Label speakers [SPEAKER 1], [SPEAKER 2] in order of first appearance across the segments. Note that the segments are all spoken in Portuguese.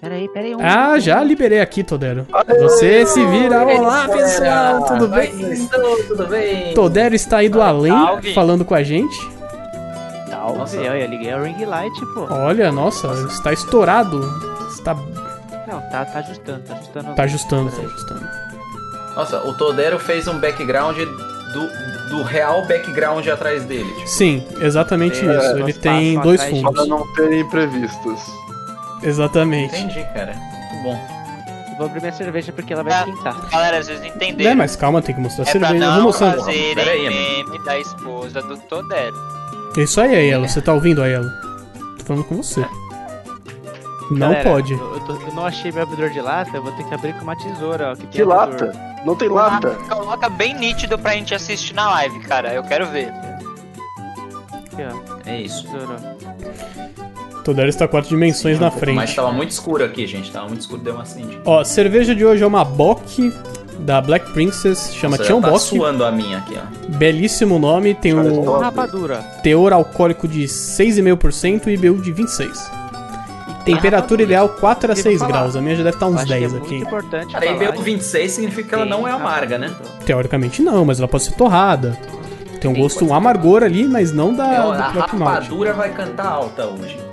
[SPEAKER 1] Peraí, peraí. Um
[SPEAKER 2] Ah, já liberei aqui, Todero. Você se vira. Olá, pessoal, tudo
[SPEAKER 3] Como é que
[SPEAKER 2] bem?
[SPEAKER 3] vocês estão? Tudo bem?
[SPEAKER 2] Todero está aí do além
[SPEAKER 4] Salve.
[SPEAKER 2] falando com a gente.
[SPEAKER 1] Salve,
[SPEAKER 3] Nossa.
[SPEAKER 1] eu, eu liguei o ring light, pô.
[SPEAKER 2] Olha, nossa, está estourado. Está,
[SPEAKER 1] Não, tá, tá ajustando, tá ajustando.
[SPEAKER 2] tá ajustando, tá ajustando.
[SPEAKER 3] Nossa, o Todero fez um background do, do real background atrás dele. tipo.
[SPEAKER 2] Sim, exatamente
[SPEAKER 4] É,
[SPEAKER 2] isso. Ele
[SPEAKER 1] nós
[SPEAKER 2] tem
[SPEAKER 1] passamos
[SPEAKER 2] dois
[SPEAKER 1] atrás de-
[SPEAKER 2] fundos.
[SPEAKER 1] Vamos.
[SPEAKER 4] Para não terem imprevistos.
[SPEAKER 2] Exatamente.
[SPEAKER 3] Entendi, cara. Muito bom.
[SPEAKER 1] Vou abrir minha cerveja porque ela vai
[SPEAKER 5] Ah.
[SPEAKER 1] esquentar.
[SPEAKER 5] Galera, vocês não
[SPEAKER 2] Né,
[SPEAKER 5] entenderam.
[SPEAKER 2] mas calma, tem que mostrar a
[SPEAKER 5] é pra
[SPEAKER 2] cerveja. Eu vou
[SPEAKER 5] não
[SPEAKER 2] mostrando.
[SPEAKER 5] fazerem
[SPEAKER 3] Pera aí, amigo.
[SPEAKER 5] meme da esposa do Todero.
[SPEAKER 2] Isso aí, Aiello. Você tá ouvindo, Aiello? Tô falando com você. Não
[SPEAKER 1] Galera,
[SPEAKER 2] pode.
[SPEAKER 1] Eu, eu tô- eu não achei meu abridor de lata, eu vou ter que abrir com uma tesoura, ó. Que, tem
[SPEAKER 4] Que
[SPEAKER 1] abridor.
[SPEAKER 4] lata? Não tem lata?
[SPEAKER 5] Ah, Coloca bem nítido pra gente assistir na live, cara. Eu quero ver.
[SPEAKER 1] Aqui, ó.
[SPEAKER 3] É isso.
[SPEAKER 1] Tesoura.
[SPEAKER 2] Todero está quatro dimensões na frente.
[SPEAKER 3] Mas tava muito escuro aqui, gente. Tava muito escuro, deu uma acendida.
[SPEAKER 2] Ó, cerveja de hoje é uma Bock da Black Princess, chama
[SPEAKER 3] Nossa, já
[SPEAKER 2] Tian
[SPEAKER 3] tá
[SPEAKER 2] Bock.
[SPEAKER 3] suando a minha aqui, ó.
[SPEAKER 2] Belíssimo nome, tem um
[SPEAKER 4] Olha só.
[SPEAKER 1] Rapadura.
[SPEAKER 2] teor alcoólico de 6,5% e IBU de 26. Temperatura
[SPEAKER 1] Ah,
[SPEAKER 2] ideal 4 a
[SPEAKER 1] eu ia
[SPEAKER 2] 6
[SPEAKER 1] falar.
[SPEAKER 2] graus, a minha já deve estar
[SPEAKER 1] Eu
[SPEAKER 2] uns
[SPEAKER 1] acho que é
[SPEAKER 2] 10
[SPEAKER 1] muito
[SPEAKER 2] aqui.
[SPEAKER 1] importante
[SPEAKER 3] Cara, aí
[SPEAKER 1] falar
[SPEAKER 3] veio 26 significa que ela
[SPEAKER 1] tem
[SPEAKER 3] não é amarga, né?
[SPEAKER 1] rapadura.
[SPEAKER 2] Teoricamente não, mas ela pode ser torrada. Tem um
[SPEAKER 3] Sim,
[SPEAKER 2] gosto,
[SPEAKER 3] pode
[SPEAKER 2] um
[SPEAKER 3] ser.
[SPEAKER 2] amargor ali, mas não
[SPEAKER 3] É, ó,
[SPEAKER 2] da,
[SPEAKER 3] a
[SPEAKER 2] Ah, do próprio malte.
[SPEAKER 3] rapadura vai cantar alta hoje, então.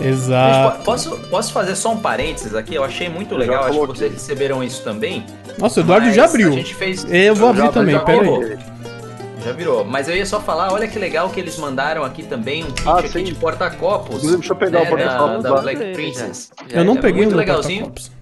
[SPEAKER 2] Exato. Ah,
[SPEAKER 3] Gente,
[SPEAKER 2] tá.
[SPEAKER 3] po- posso, posso fazer só um parênteses aqui? Eu achei muito
[SPEAKER 4] Eu já
[SPEAKER 3] legal, acho que
[SPEAKER 4] coloquei.
[SPEAKER 3] vocês receberam isso também.
[SPEAKER 2] Nossa, o Eduardo
[SPEAKER 3] mas
[SPEAKER 2] já abriu.
[SPEAKER 3] A gente fez...
[SPEAKER 2] Eu vou abrir
[SPEAKER 3] Já-
[SPEAKER 2] também,
[SPEAKER 3] já
[SPEAKER 2] pera aí.
[SPEAKER 3] rolou. Já virou. Mas eu ia só falar, olha que legal que eles mandaram aqui também um kit
[SPEAKER 4] Ah,
[SPEAKER 3] aqui
[SPEAKER 4] sim.
[SPEAKER 3] de porta-copos.
[SPEAKER 4] Inclusive, deixa eu pegar
[SPEAKER 3] né,
[SPEAKER 4] o porta-copos
[SPEAKER 3] Da,
[SPEAKER 4] lá.
[SPEAKER 3] da Black
[SPEAKER 1] Ele já-
[SPEAKER 3] Princess.
[SPEAKER 1] já-
[SPEAKER 2] Eu não
[SPEAKER 3] é
[SPEAKER 2] peguei um
[SPEAKER 3] muito
[SPEAKER 2] o meu
[SPEAKER 3] legalzinho.
[SPEAKER 2] porta-copos.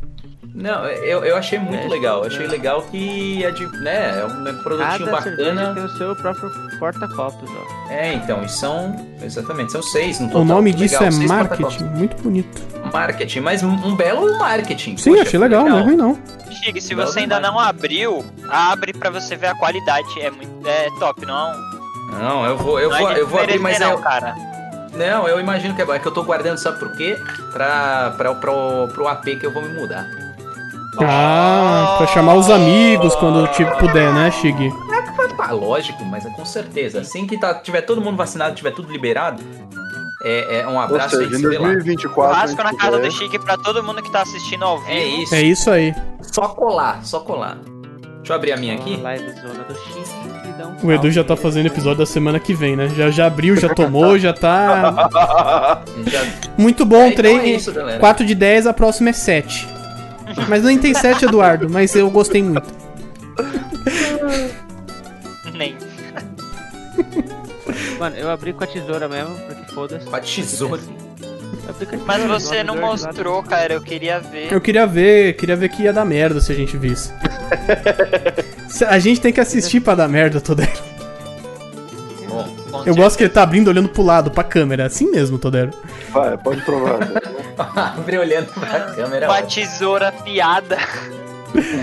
[SPEAKER 3] Não, eu, eu achei muito
[SPEAKER 1] É,
[SPEAKER 3] legal.
[SPEAKER 1] é.
[SPEAKER 3] Achei legal que é de. né, é um produtinho
[SPEAKER 1] Cada cerveja
[SPEAKER 3] bacana.
[SPEAKER 1] tem o seu próprio porta-copos, ó.
[SPEAKER 3] É, então, e são. Exatamente, são seis no total.
[SPEAKER 2] O nome
[SPEAKER 3] Muito
[SPEAKER 2] disso
[SPEAKER 3] legal,
[SPEAKER 2] é
[SPEAKER 3] seis
[SPEAKER 2] marketing, muito bonito.
[SPEAKER 3] porta-copos. Marketing, mas um um belo marketing.
[SPEAKER 2] Sim,
[SPEAKER 3] Poxa,
[SPEAKER 2] achei legal, não é
[SPEAKER 4] né?
[SPEAKER 2] ruim não.
[SPEAKER 5] Chega, se
[SPEAKER 3] Belo
[SPEAKER 5] você ainda
[SPEAKER 3] demais.
[SPEAKER 5] não abriu, abre pra você ver a qualidade. É muito é top, não.
[SPEAKER 3] Não, eu vou, eu
[SPEAKER 5] não é
[SPEAKER 3] vou,
[SPEAKER 5] de
[SPEAKER 3] eu vou abrir, mas
[SPEAKER 5] desmerecer,
[SPEAKER 3] eu,
[SPEAKER 5] não, cara.
[SPEAKER 3] Não, eu imagino que é bom. É que eu tô guardando, sabe por quê? Pra, pra, pro, pro AP que eu vou me mudar.
[SPEAKER 2] Ah, pra chamar os amigos quando tipo, puder, né, Shig?
[SPEAKER 3] Ah, lógico, mas é com certeza. Assim que tá, tiver todo mundo vacinado, tiver tudo liberado, é, é um
[SPEAKER 4] Ou
[SPEAKER 3] abraço e
[SPEAKER 4] seja, em
[SPEAKER 3] se vê lá.
[SPEAKER 4] 2024. a gente
[SPEAKER 5] Vasco na casa
[SPEAKER 4] tiver-
[SPEAKER 5] do Chique pra todo mundo que tá assistindo ao vivo.
[SPEAKER 3] É isso.
[SPEAKER 2] É isso aí.
[SPEAKER 3] Só colar, só colar. Deixa eu abrir a minha
[SPEAKER 1] Ó,
[SPEAKER 3] aqui.
[SPEAKER 1] Live zona do Chique e dá um
[SPEAKER 2] O Edu
[SPEAKER 1] salve.
[SPEAKER 2] já tá fazendo episódio da semana que vem, né? Já, já abriu, já tomou, já tá.
[SPEAKER 3] Já...
[SPEAKER 2] Muito bom,
[SPEAKER 3] então é
[SPEAKER 2] três.
[SPEAKER 3] isso, galera.
[SPEAKER 2] 4 de 10, a próxima é 7. Mas nem tem 7, Eduardo, mas eu gostei muito.
[SPEAKER 5] Nem.
[SPEAKER 1] Mano, eu abri com a tesoura mesmo, porque foda-se.
[SPEAKER 3] Com a tesoura?
[SPEAKER 1] Eu abri com a
[SPEAKER 5] Mas
[SPEAKER 1] tesoura,
[SPEAKER 5] você
[SPEAKER 1] igual
[SPEAKER 5] não
[SPEAKER 1] abridor de lata.
[SPEAKER 5] mostrou, cara. Eu queria ver.
[SPEAKER 2] Eu queria ver, queria ver que ia dar merda se a gente visse. Se- A gente tem que assistir pra dar merda Todero.
[SPEAKER 3] Bom, bom,
[SPEAKER 2] Eu gosto que ele tá abrindo olhando pro lado, pra câmera. Assim mesmo, Todero.
[SPEAKER 4] Vai, pode provar.
[SPEAKER 3] Abre olhando pra câmera.
[SPEAKER 5] Uma
[SPEAKER 3] ó.
[SPEAKER 5] tesoura piada.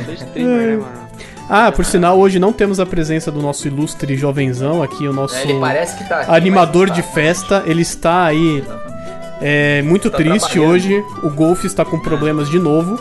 [SPEAKER 1] Sou streamer, né, mano?
[SPEAKER 2] Ah, por sinal, hoje não temos a presença do nosso ilustre jovenzão aqui, o nosso
[SPEAKER 3] É, Ele parece que tá aqui,
[SPEAKER 2] animador
[SPEAKER 3] mas
[SPEAKER 2] de
[SPEAKER 3] não
[SPEAKER 2] festa. Ele está aí
[SPEAKER 3] tá.
[SPEAKER 2] É muito
[SPEAKER 3] Tá
[SPEAKER 2] triste
[SPEAKER 3] trabalhando.
[SPEAKER 2] hoje. O Golf está com problemas de novo.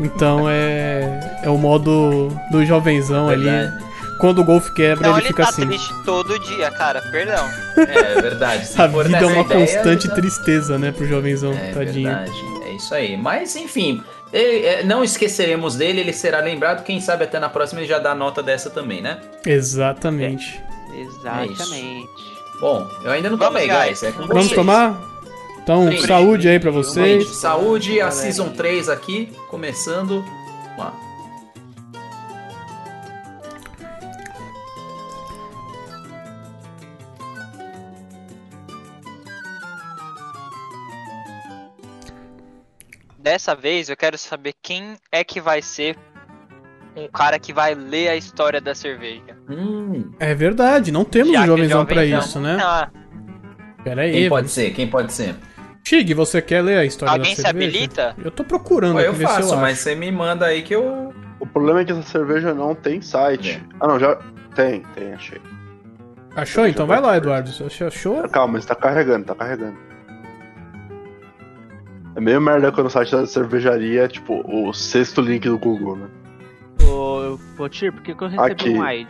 [SPEAKER 2] Então é é o modo do jovenzão ali.
[SPEAKER 3] Verdade.
[SPEAKER 2] Quando o Golf quebra,
[SPEAKER 5] Não,
[SPEAKER 2] ele
[SPEAKER 5] ele
[SPEAKER 2] fica
[SPEAKER 5] tá
[SPEAKER 2] assim.
[SPEAKER 5] triste todo dia, cara. Perdão.
[SPEAKER 3] É, é verdade. Se
[SPEAKER 2] A
[SPEAKER 3] for
[SPEAKER 2] vida é
[SPEAKER 3] nessa
[SPEAKER 2] uma
[SPEAKER 3] ideia,
[SPEAKER 2] constante
[SPEAKER 3] ele tá-
[SPEAKER 2] tristeza, né, pro jovenzão,
[SPEAKER 3] É
[SPEAKER 2] tadinho.
[SPEAKER 3] verdade, é isso aí. Mas enfim, ele- é, não esqueceremos dele, ele será lembrado. Quem sabe até na próxima ele já dá nota dessa também, né?
[SPEAKER 2] Exatamente.
[SPEAKER 3] É.
[SPEAKER 1] É Exatamente.
[SPEAKER 3] Bom, eu ainda não tomei,
[SPEAKER 5] Vamos,
[SPEAKER 3] guys. É com
[SPEAKER 2] Vamos
[SPEAKER 3] vocês.
[SPEAKER 2] tomar? Então,
[SPEAKER 3] Brinde.
[SPEAKER 2] saúde aí pra vocês.
[SPEAKER 3] Gente, saúde, a
[SPEAKER 1] Galera.
[SPEAKER 3] Season 3 aqui, começando. Vamos lá.
[SPEAKER 5] Dessa vez eu quero saber quem é que vai ser um cara que vai ler a história da cerveja.
[SPEAKER 3] Hum,
[SPEAKER 2] É verdade, não temos
[SPEAKER 5] Já
[SPEAKER 2] o
[SPEAKER 5] que é um
[SPEAKER 2] jovenzão pra
[SPEAKER 5] jovenzão-
[SPEAKER 2] isso, né?
[SPEAKER 5] Ah,
[SPEAKER 2] Pera aí.
[SPEAKER 3] quem pode ser? Quem pode ser?
[SPEAKER 2] Chig, você quer ler a história
[SPEAKER 5] alguém
[SPEAKER 2] da
[SPEAKER 5] se
[SPEAKER 2] cerveja?
[SPEAKER 5] habilita?
[SPEAKER 2] Eu tô procurando
[SPEAKER 3] Pô,
[SPEAKER 2] aqui
[SPEAKER 3] eu
[SPEAKER 2] ver se
[SPEAKER 3] faço,
[SPEAKER 2] eu
[SPEAKER 3] mas
[SPEAKER 2] acho.
[SPEAKER 3] você me manda aí que eu.
[SPEAKER 4] o problema é que essa cerveja não tem site. Ah, não, já. Tem, tem, achei.
[SPEAKER 2] Achou? Então vai lá, Eduardo. Você achou?
[SPEAKER 4] Calma, está carregando, tá carregando. É meio merda quando o site da cervejaria é tipo o sexto link do Google, né?
[SPEAKER 1] Ô, ô Tir, por que que eu recebi
[SPEAKER 4] Aqui.
[SPEAKER 1] um ID?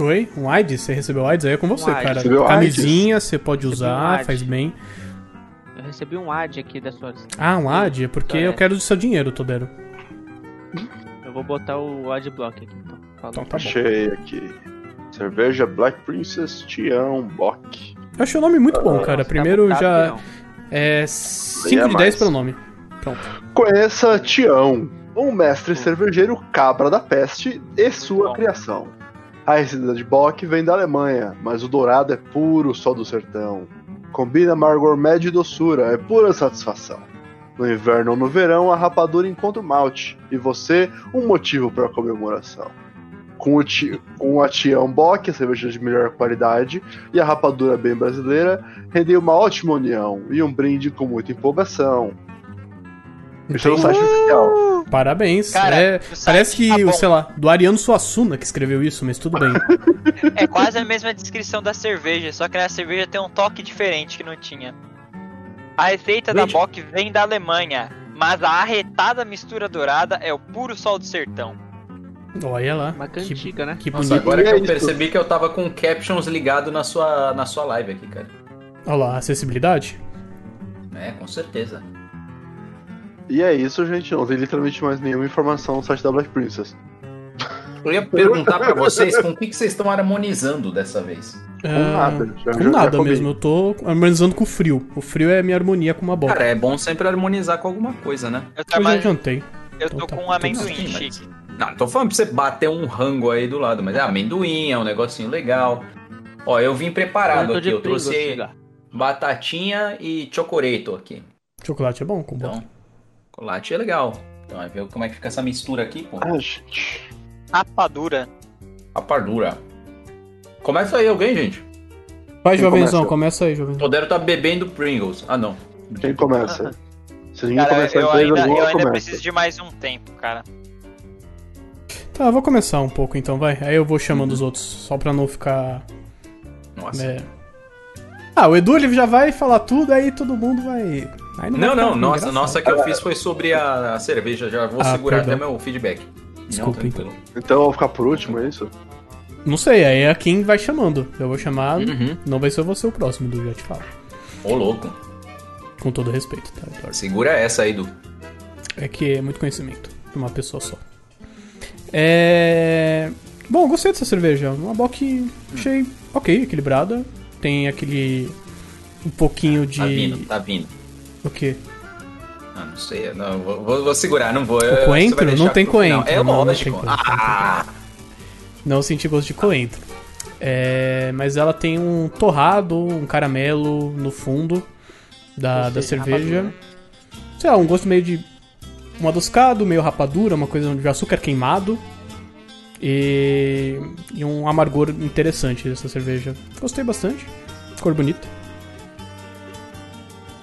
[SPEAKER 2] Oi? Um AIDS? Você recebeu AIDS? Aí é com você,
[SPEAKER 1] Um AIDS.
[SPEAKER 2] cara.
[SPEAKER 4] Recebeu
[SPEAKER 2] Camisinha, você pode
[SPEAKER 1] Recebeu um
[SPEAKER 2] usar,
[SPEAKER 1] AIDS.
[SPEAKER 2] faz bem.
[SPEAKER 1] Eu Eu recebi um ad aqui da sua.
[SPEAKER 2] Ah, um ad? É porque
[SPEAKER 1] Só
[SPEAKER 2] eu
[SPEAKER 1] é.
[SPEAKER 2] quero o seu dinheiro, Todero.
[SPEAKER 1] Eu vou botar o adblock aqui, então. Falou.
[SPEAKER 2] Então tá bom.
[SPEAKER 4] Achei aqui. Cerveja Black Princess Tião Bock.
[SPEAKER 2] Eu achei o nome muito
[SPEAKER 5] Ah,
[SPEAKER 2] bom, cara.
[SPEAKER 1] Nossa, tá
[SPEAKER 2] Primeiro
[SPEAKER 1] botado,
[SPEAKER 2] já.
[SPEAKER 1] não.
[SPEAKER 2] É 5 de
[SPEAKER 4] mais.
[SPEAKER 2] 10 pelo nome. Pronto.
[SPEAKER 4] Conheça Tião, um mestre cervejeiro cabra da peste e sua
[SPEAKER 1] bom.
[SPEAKER 4] criação. A receita de Bock vem da Alemanha, mas o dourado é puro só do sertão. Combina amargor médio e doçura, é pura satisfação. No inverno ou no verão, a rapadura encontra o malte, e você, um motivo para a comemoração. Com, o ti, com a Tião Bock, a cerveja de melhor qualidade, e a rapadura bem brasileira, rendem uma ótima união e um brinde com muita empolgação. Isso é no site oficial.
[SPEAKER 2] Parabéns.
[SPEAKER 5] Cara,
[SPEAKER 2] É,
[SPEAKER 5] o site
[SPEAKER 2] parece que,
[SPEAKER 5] tá
[SPEAKER 2] o
[SPEAKER 5] bom.
[SPEAKER 2] sei lá, do Ariano Suassuna que escreveu isso, mas tudo bem.
[SPEAKER 5] É quase a mesma descrição da cerveja, só que na cerveja tem um toque diferente que não tinha. A receita da
[SPEAKER 2] Gente.
[SPEAKER 5] Bock vem da Alemanha, mas a arretada mistura dourada é o puro sol do sertão.
[SPEAKER 2] Olha lá.
[SPEAKER 1] Uma
[SPEAKER 2] Que,
[SPEAKER 1] cantiga, né?
[SPEAKER 2] que
[SPEAKER 3] Nossa,
[SPEAKER 2] bonito.
[SPEAKER 3] agora que
[SPEAKER 4] E é
[SPEAKER 3] eu
[SPEAKER 4] isso.
[SPEAKER 3] percebi que eu tava com captions ligado na sua, na sua live aqui, cara.
[SPEAKER 2] Olha lá, acessibilidade.
[SPEAKER 3] É, com certeza.
[SPEAKER 4] E é isso, gente. Não tem literalmente mais nenhuma informação no site da Black Princess.
[SPEAKER 3] Eu ia perguntar pra vocês com o que, que vocês estão harmonizando dessa vez.
[SPEAKER 4] Com
[SPEAKER 2] Ah,
[SPEAKER 4] nada. Já, é
[SPEAKER 2] Com
[SPEAKER 4] já- já
[SPEAKER 2] nada
[SPEAKER 4] comi.
[SPEAKER 2] mesmo, eu tô harmonizando com o frio. O frio é a minha harmonia com uma bola.
[SPEAKER 3] Cara, é bom sempre harmonizar com alguma coisa, né?
[SPEAKER 5] Eu,
[SPEAKER 2] eu já
[SPEAKER 5] trabalho,
[SPEAKER 2] adiantei.
[SPEAKER 5] eu
[SPEAKER 2] então
[SPEAKER 5] tô
[SPEAKER 2] tá,
[SPEAKER 5] com um
[SPEAKER 2] então
[SPEAKER 5] amendoim
[SPEAKER 3] sim, mas-
[SPEAKER 5] chique.
[SPEAKER 3] Não, tô falando pra você bater um rango aí do lado, mas é amendoim, é um negocinho legal. Ó, eu vim
[SPEAKER 2] Ah,
[SPEAKER 3] preparado
[SPEAKER 1] Eu tô
[SPEAKER 3] aqui,
[SPEAKER 1] de
[SPEAKER 3] eu
[SPEAKER 1] Pringles,
[SPEAKER 3] trouxe
[SPEAKER 2] assim,
[SPEAKER 1] cara.
[SPEAKER 3] batatinha e chocoreito aqui.
[SPEAKER 2] Chocolate é bom com bota.
[SPEAKER 3] Então, chocolate é legal. Então, vai ver como é que fica essa mistura aqui, pô.
[SPEAKER 4] Ah, gente.
[SPEAKER 5] Rapadura.
[SPEAKER 3] A pardura. Começa aí alguém, gente. Então,
[SPEAKER 2] Vai,
[SPEAKER 4] quem
[SPEAKER 2] jovenzão,
[SPEAKER 4] começa?
[SPEAKER 2] começa aí, jovenzão.
[SPEAKER 3] Podero tá bebendo Pringles. Ah, não.
[SPEAKER 4] Quem começa? Se ninguém
[SPEAKER 5] Cara,
[SPEAKER 4] começar então,
[SPEAKER 5] eu
[SPEAKER 4] em três,
[SPEAKER 5] ainda,
[SPEAKER 4] vou
[SPEAKER 5] eu ainda
[SPEAKER 4] começo.
[SPEAKER 5] preciso de mais um tempo, cara.
[SPEAKER 2] Tá, eu vou começar um pouco então, vai. Aí eu vou chamando os outros, só pra não ficar.
[SPEAKER 3] Uhum. Nossa.
[SPEAKER 2] né? Ah, o Edu ele já vai falar tudo, aí todo mundo vai. Aí vai
[SPEAKER 3] Não,
[SPEAKER 2] ficar
[SPEAKER 3] não,
[SPEAKER 2] tão
[SPEAKER 3] nossa,
[SPEAKER 2] engraçado.
[SPEAKER 3] nossa que eu fiz foi sobre a, a cerveja, já vou
[SPEAKER 2] né? Ah,
[SPEAKER 3] segurar
[SPEAKER 2] perdão.
[SPEAKER 3] até meu feedback.
[SPEAKER 2] Desculpa,
[SPEAKER 3] não, tranquilo.
[SPEAKER 4] Então eu vou ficar por último, é isso?
[SPEAKER 2] Não sei, aí é quem vai chamando. Eu vou chamar.
[SPEAKER 3] Uhum.
[SPEAKER 2] Não vai ser você o próximo, Edu, já te falo.
[SPEAKER 3] Ô, louco.
[SPEAKER 2] Com todo respeito, tá, Eduardo?
[SPEAKER 3] Segura essa aí, do.
[SPEAKER 2] É que é muito conhecimento de uma pessoa só. É. Bom, eu gostei dessa cerveja. Uma bock achei ok, equilibrada. Tem aquele. Um pouquinho de.
[SPEAKER 3] Tá vindo, tá vindo.
[SPEAKER 2] O quê?
[SPEAKER 3] Ah, não sei, não, vou, vou- vou segurar, não vou. eu- é, você vai
[SPEAKER 2] coentro?
[SPEAKER 3] deixar
[SPEAKER 2] Não tem
[SPEAKER 3] pro final.
[SPEAKER 2] coentro,
[SPEAKER 3] É
[SPEAKER 2] não, não
[SPEAKER 3] lógico.
[SPEAKER 2] tem coentro.
[SPEAKER 3] ah,
[SPEAKER 2] Não senti gosto de coentro. É, mas ela tem um torrado, um caramelo no fundo
[SPEAKER 1] Ou
[SPEAKER 2] da, da
[SPEAKER 1] seja,
[SPEAKER 2] cerveja.
[SPEAKER 1] rapadura.
[SPEAKER 2] Sei lá, um gosto meio de um adocicado, meio rapadura, uma coisa de açúcar queimado. E, e um amargor interessante dessa cerveja. Gostei bastante. Cor bonita.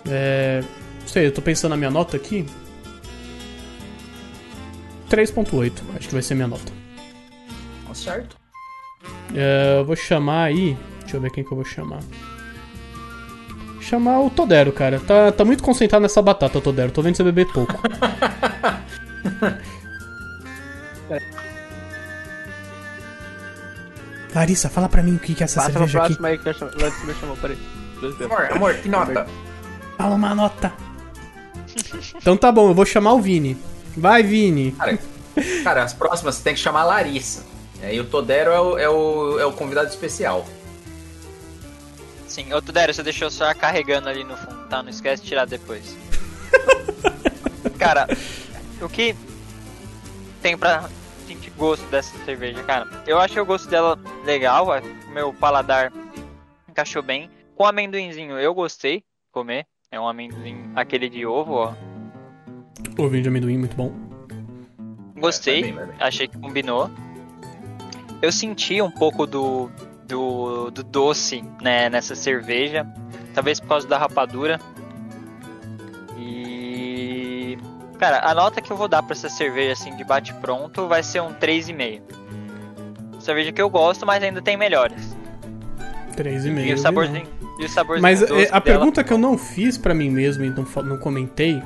[SPEAKER 2] É, não sei, eu tô pensando na minha nota aqui. 3.8, acho que vai ser minha nota.
[SPEAKER 3] tá certo.
[SPEAKER 2] É, eu vou chamar aí. Deixa eu ver quem que eu vou chamar. Chamar o Todero, cara. Tá, tá muito concentrado nessa batata, Todero. Tô vendo você beber pouco. Larissa, fala pra mim o que que é essa
[SPEAKER 1] Passa pra
[SPEAKER 2] cerveja aqui.
[SPEAKER 1] próxima aí que eu chamo- o Lance me chamou, peraí. Dois dedos.
[SPEAKER 3] Ah, Amor, amor, que nota?
[SPEAKER 2] Fala uma nota. então tá bom, eu vou chamar o Vini. Vai, Vini.
[SPEAKER 3] Cara, cara, as próximas você tem que chamar a Larissa. É, e o Todero é o, é o, é o convidado especial.
[SPEAKER 5] Sim, ô Tudero, você deixou só carregando ali no fundo, tá? Não esquece de tirar depois. cara, o que tem pra sentir gosto dessa cerveja, cara? Eu achei o gosto dela legal, a- meu paladar encaixou bem. Com amendoinzinho eu gostei de comer. É um amendoim, aquele de ovo, ó.
[SPEAKER 2] O Vini de amendoim, muito bom.
[SPEAKER 5] Gostei.
[SPEAKER 3] Vai bem, vai bem.
[SPEAKER 5] Achei que combinou. Eu senti um pouco do, do, do doce né, nessa cerveja. Talvez por causa da rapadura. E. Cara, a nota que eu vou dar pra essa cerveja assim de bate-pronto vai ser um 3,5. Cerveja que eu gosto, mas ainda tem melhores. E,
[SPEAKER 2] 3,5.
[SPEAKER 5] o saborzinho.
[SPEAKER 2] Vinão.
[SPEAKER 5] E o saborzinho
[SPEAKER 2] Mas é,
[SPEAKER 5] doce
[SPEAKER 2] a
[SPEAKER 5] dela- tá
[SPEAKER 2] pergunta que eu não fiz pra mim mesmo e não, fa- não comentei,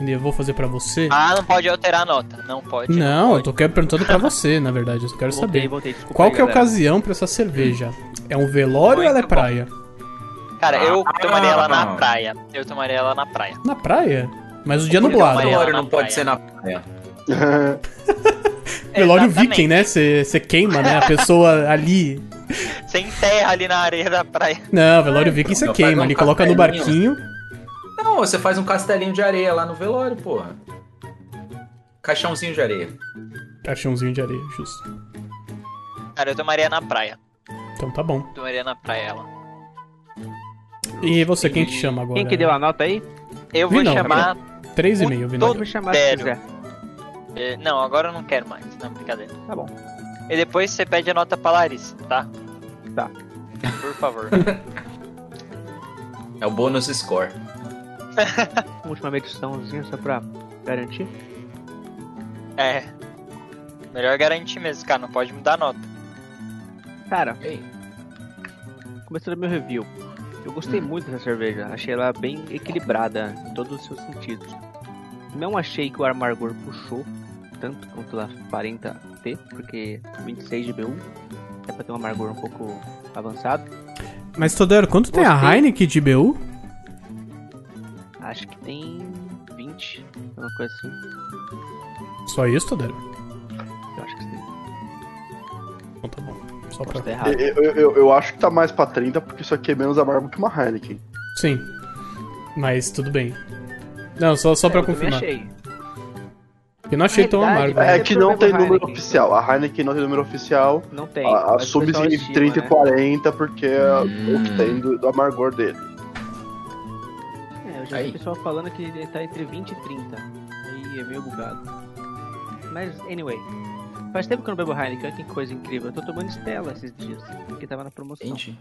[SPEAKER 2] e eu vou fazer pra você.
[SPEAKER 5] Ah, não pode alterar a nota. Não pode.
[SPEAKER 2] não, eu
[SPEAKER 5] pode.
[SPEAKER 2] tô quer- perguntando pra você, na verdade. Eu só quero
[SPEAKER 1] Voltei,
[SPEAKER 2] saber.
[SPEAKER 1] voltei, desculpa
[SPEAKER 2] Qual é
[SPEAKER 1] aí,
[SPEAKER 2] que é a
[SPEAKER 1] galera.
[SPEAKER 2] ocasião pra essa cerveja? É um velório ou
[SPEAKER 5] né? Muito
[SPEAKER 2] ela é
[SPEAKER 5] bom.
[SPEAKER 2] praia?
[SPEAKER 5] Cara, eu
[SPEAKER 3] Ah.
[SPEAKER 5] tomaria ela na praia. Eu tomaria ela na praia.
[SPEAKER 2] Na praia? Mas o dia
[SPEAKER 5] Porque
[SPEAKER 2] nublado.
[SPEAKER 5] Maria,
[SPEAKER 3] Velório
[SPEAKER 5] na
[SPEAKER 3] não pode
[SPEAKER 5] praia.
[SPEAKER 3] ser na praia.
[SPEAKER 2] Velório
[SPEAKER 5] Exatamente.
[SPEAKER 2] viking, né? Você queima, né? A pessoa ali.
[SPEAKER 5] Você enterra ali na areia da praia.
[SPEAKER 2] Não, velório viking você
[SPEAKER 3] meu pai
[SPEAKER 2] queima.
[SPEAKER 3] não
[SPEAKER 2] Ele coloca no
[SPEAKER 3] café,
[SPEAKER 2] barquinho.
[SPEAKER 3] Não, você faz um castelinho de areia lá no velório, porra. Caixãozinho de areia.
[SPEAKER 2] Caixãozinho um de areia, justo.
[SPEAKER 5] Cara, eu tomaria na praia.
[SPEAKER 2] Então tá bom.
[SPEAKER 5] Tomaria na praia ela.
[SPEAKER 2] E você, quem que chama agora?
[SPEAKER 1] Quem que deu a nota aí?
[SPEAKER 5] Eu vou
[SPEAKER 2] Vinão,
[SPEAKER 5] chamar.
[SPEAKER 2] 3,5,
[SPEAKER 1] Todo
[SPEAKER 2] Vinagre.
[SPEAKER 1] me chamar se
[SPEAKER 5] Sério.
[SPEAKER 1] quiser.
[SPEAKER 5] eh, Não, agora eu não quero mais. Não, brincadeira.
[SPEAKER 1] Tá bom.
[SPEAKER 5] E depois você pede a nota pra Larissa, tá?
[SPEAKER 1] Tá.
[SPEAKER 5] Por favor.
[SPEAKER 3] É o bônus score.
[SPEAKER 1] Uma última mediçãozinha só pra garantir.
[SPEAKER 5] é. Melhor garantir mesmo, cara. Não pode mudar a nota.
[SPEAKER 1] Cara,
[SPEAKER 3] Ei,
[SPEAKER 1] começando meu review. Eu
[SPEAKER 4] Hum.
[SPEAKER 1] gostei muito dessa cerveja, achei ela bem equilibrada em todos os seus sentidos. Não achei que o amargor puxou tanto quanto ela aparenta ter, porque 26 de B1 é pra ter um amargor um pouco avançado.
[SPEAKER 2] Mas, Todero, quanto tem a
[SPEAKER 1] Gostei.
[SPEAKER 2] Heineken de BU?
[SPEAKER 1] Acho que tem 20, alguma coisa assim.
[SPEAKER 2] Só isso, Todero?
[SPEAKER 1] Eu acho que sim.
[SPEAKER 2] Então tá bom. Só
[SPEAKER 1] Posso
[SPEAKER 2] pra...
[SPEAKER 4] É,
[SPEAKER 1] estar errado.
[SPEAKER 4] Eu, eu- eu- eu acho que tá mais pra 30, porque isso aqui é menos amargo que uma Heineken.
[SPEAKER 2] Sim. Mas tudo bem. Não, só, só pra
[SPEAKER 1] É, Eu também
[SPEAKER 2] confirmar.
[SPEAKER 1] achei.
[SPEAKER 2] Eu não achei tão
[SPEAKER 1] Verdade,
[SPEAKER 2] amargo. né?
[SPEAKER 1] Mas
[SPEAKER 4] É
[SPEAKER 1] é
[SPEAKER 4] que não
[SPEAKER 1] problema
[SPEAKER 4] tem número
[SPEAKER 1] Heineken.
[SPEAKER 4] oficial. A Heineken não tem número oficial.
[SPEAKER 1] Não tem.
[SPEAKER 4] a-
[SPEAKER 1] mas o
[SPEAKER 4] Assume
[SPEAKER 1] pessoal
[SPEAKER 4] em
[SPEAKER 1] estima,
[SPEAKER 4] 30
[SPEAKER 1] né?
[SPEAKER 4] e 40, porque é o que
[SPEAKER 3] Hum.
[SPEAKER 4] tem do, do amargor dele.
[SPEAKER 1] É, eu já vi
[SPEAKER 3] Aí.
[SPEAKER 1] o pessoal falando que ele tá entre 20 e 30. Aí é meio bugado. Mas, anyway. Faz tempo que eu não bebo Heineken, olha que coisa incrível. Eu tô tomando Stella esses dias, porque tava na promoção.
[SPEAKER 3] gente.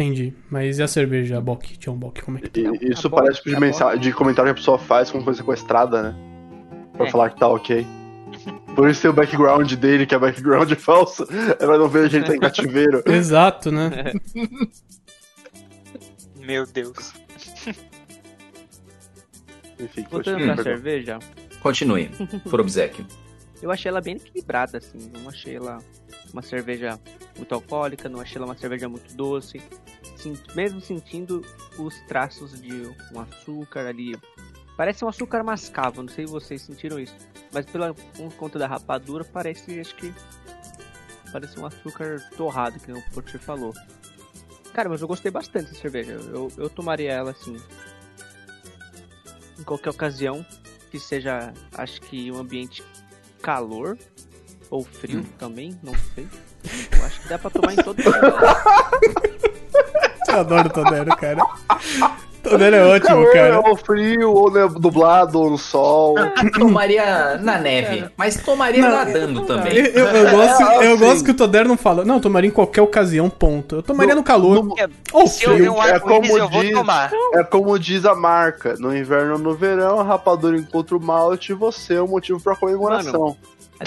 [SPEAKER 2] Entendi. Mas e a cerveja, a Bock, John Bock, como é que
[SPEAKER 4] E-
[SPEAKER 1] Não,
[SPEAKER 4] e isso
[SPEAKER 1] tá bom,
[SPEAKER 4] parece tipo de,
[SPEAKER 1] tá
[SPEAKER 4] mensa- de comentário que a pessoa faz com coisa sequestrada, né? Pra
[SPEAKER 1] É.
[SPEAKER 4] falar que tá ok. Por isso tem o background dele, que é background falso. É pra não ver a gente tá em cativeiro.
[SPEAKER 2] Exato, né?
[SPEAKER 5] Meu Deus.
[SPEAKER 4] Enfim,
[SPEAKER 1] Voltando
[SPEAKER 4] continua,
[SPEAKER 1] pra
[SPEAKER 4] perdão.
[SPEAKER 1] cerveja,
[SPEAKER 3] Continue, por obsequio.
[SPEAKER 1] eu achei ela bem equilibrada, assim. Não achei ela uma cerveja muito alcoólica, não achei ela uma cerveja muito doce. Sim- mesmo sentindo os traços de um açúcar ali. Parece um açúcar mascavo, não sei se vocês sentiram isso. Mas pela, por conta da rapadura, parece, acho que... Parece um açúcar torrado, que nem o Portier falou. Cara, mas eu gostei bastante dessa cerveja. Eu, eu tomaria ela, assim... Em qualquer ocasião, que seja, acho que um ambiente calor ou frio
[SPEAKER 3] Hum.
[SPEAKER 1] também, não sei. Eu acho que dá pra tomar em todo lugar.
[SPEAKER 2] Eu adoro o Todero, cara. Todero é ótimo,
[SPEAKER 4] Calor,
[SPEAKER 2] cara.
[SPEAKER 4] Ou frio, ou né, nublado, ou no sol.
[SPEAKER 1] Ah, tipo-
[SPEAKER 3] Tomaria na neve, mas tomaria
[SPEAKER 2] Não,
[SPEAKER 3] nadando também.
[SPEAKER 2] Eu, eu- eu gosto,
[SPEAKER 4] É,
[SPEAKER 2] eu
[SPEAKER 4] assim.
[SPEAKER 2] gosto que o Todero não fala. Não, eu tomaria em qualquer ocasião, ponto. Eu tomaria no, calor.
[SPEAKER 4] no-
[SPEAKER 2] Ou
[SPEAKER 5] Se eu ver
[SPEAKER 2] frio.
[SPEAKER 5] um
[SPEAKER 4] é
[SPEAKER 5] arco-íris,
[SPEAKER 4] como
[SPEAKER 5] eu vou
[SPEAKER 4] diz-
[SPEAKER 5] tomar.
[SPEAKER 4] É como diz a marca: no inverno ou no verão, a rapadura encontra o malte e você é o motivo pra comemoração.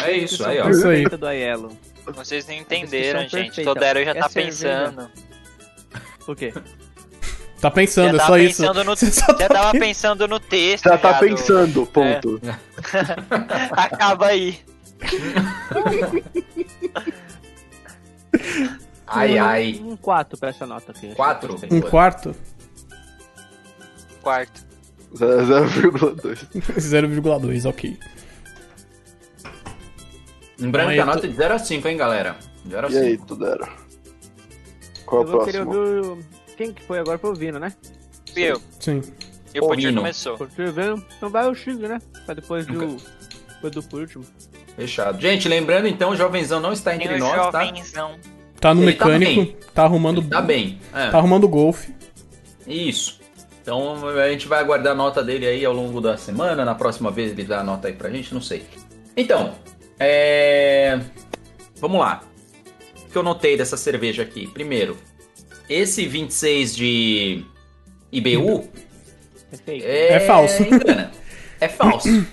[SPEAKER 3] É isso, aí, ó.
[SPEAKER 2] Isso aí.
[SPEAKER 1] Do Aiello.
[SPEAKER 5] Vocês não entenderam,
[SPEAKER 1] descrição
[SPEAKER 5] gente.
[SPEAKER 1] perfeita.
[SPEAKER 5] Todero já
[SPEAKER 1] É
[SPEAKER 5] tá
[SPEAKER 1] cerveja.
[SPEAKER 5] pensando.
[SPEAKER 1] O quê?
[SPEAKER 2] Tá pensando, é
[SPEAKER 5] já
[SPEAKER 2] só
[SPEAKER 5] tava
[SPEAKER 2] isso.
[SPEAKER 5] pensando no-
[SPEAKER 2] Você só
[SPEAKER 5] já
[SPEAKER 2] tá
[SPEAKER 5] tava
[SPEAKER 2] pensando.
[SPEAKER 5] pensando no texto.
[SPEAKER 4] Já tá
[SPEAKER 5] do-
[SPEAKER 4] pensando, ponto.
[SPEAKER 1] É.
[SPEAKER 5] Acaba aí.
[SPEAKER 3] Ai, ai.
[SPEAKER 1] Um 4 pra essa nota aqui.
[SPEAKER 3] Hum. Quatro?
[SPEAKER 2] Um quarto?
[SPEAKER 5] Quarto.
[SPEAKER 4] 0,2.
[SPEAKER 2] 0,2, ok.
[SPEAKER 3] Lembrando que a
[SPEAKER 2] Aí,
[SPEAKER 3] nota é de 0 a 5, hein, galera? 0 a
[SPEAKER 4] E aí,
[SPEAKER 3] 5.
[SPEAKER 4] Tudero? Qual
[SPEAKER 1] Eu
[SPEAKER 4] é o
[SPEAKER 1] vou querer
[SPEAKER 4] próximo?
[SPEAKER 1] ouvir o... Quem que foi agora foi o Vino, né?
[SPEAKER 5] E eu?
[SPEAKER 2] Sim.
[SPEAKER 5] E o Potir
[SPEAKER 3] Ouvindo.
[SPEAKER 5] começou.
[SPEAKER 1] Foi o Vino. Então vai o Chico, né? Pra depois do... Foi do por último.
[SPEAKER 3] Fechado. Gente, lembrando então, o jovenzão não está
[SPEAKER 5] Tem um
[SPEAKER 3] entre
[SPEAKER 5] o
[SPEAKER 3] nós, tá?
[SPEAKER 5] jovenzão.
[SPEAKER 2] Tá no
[SPEAKER 3] Ele tá
[SPEAKER 2] mecânico, tá, arrumando.
[SPEAKER 3] Tá bem. É,
[SPEAKER 2] Tá arrumando golfe.
[SPEAKER 3] Isso. Então a gente vai aguardar a nota dele aí ao longo da semana. Na próxima vez ele dá a nota aí pra gente, não sei. Então, é... vamos lá. O que eu notei dessa cerveja aqui? Primeiro, esse 26 de IBU
[SPEAKER 1] Perfeito.
[SPEAKER 3] é,
[SPEAKER 2] É falso.
[SPEAKER 3] engana. É falso.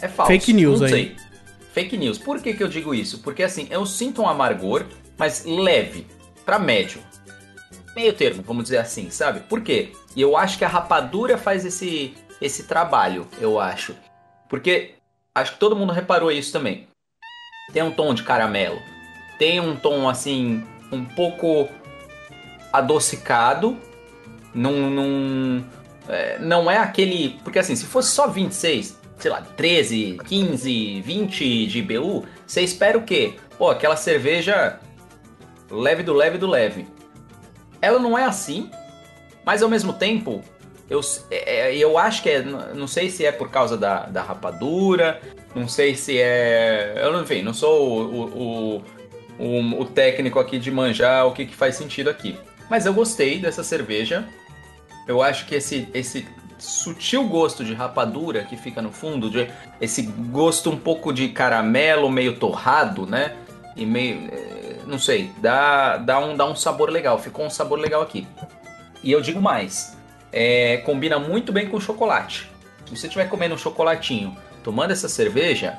[SPEAKER 3] É falso.
[SPEAKER 2] Fake news
[SPEAKER 3] não
[SPEAKER 2] aí.
[SPEAKER 3] Sei. Fake news. Por que, que eu digo isso? Porque assim, eu sinto um amargor, mas leve, pra médio. Meio termo, vamos dizer assim, sabe? Por quê? E eu acho que a rapadura faz esse, esse trabalho, eu acho. Porque acho que todo mundo reparou isso também. Tem um tom de caramelo. Tem um tom assim, um pouco adocicado, Não, não, é, não é aquele. Porque assim, se fosse só 26, sei lá, 13, 15, 20 de IBU, você espera o quê? Pô, aquela cerveja leve do leve do leve. Ela não é assim, mas ao mesmo tempo, eu, é, eu acho que é. Não sei se é por causa da, da rapadura, não sei se é. Eu, não- enfim, não sou o, o, o, o técnico aqui de manjar o que, que faz sentido aqui. Mas eu gostei dessa cerveja. Eu acho que esse, esse sutil gosto de rapadura que fica no fundo, de, esse gosto um pouco de caramelo meio torrado, né? E meio. eh, Não sei, dá, dá, um, dá um sabor legal. Ficou um sabor legal aqui. E eu digo mais: é, combina muito bem com chocolate. Se você estiver comendo um chocolatinho, tomando essa cerveja,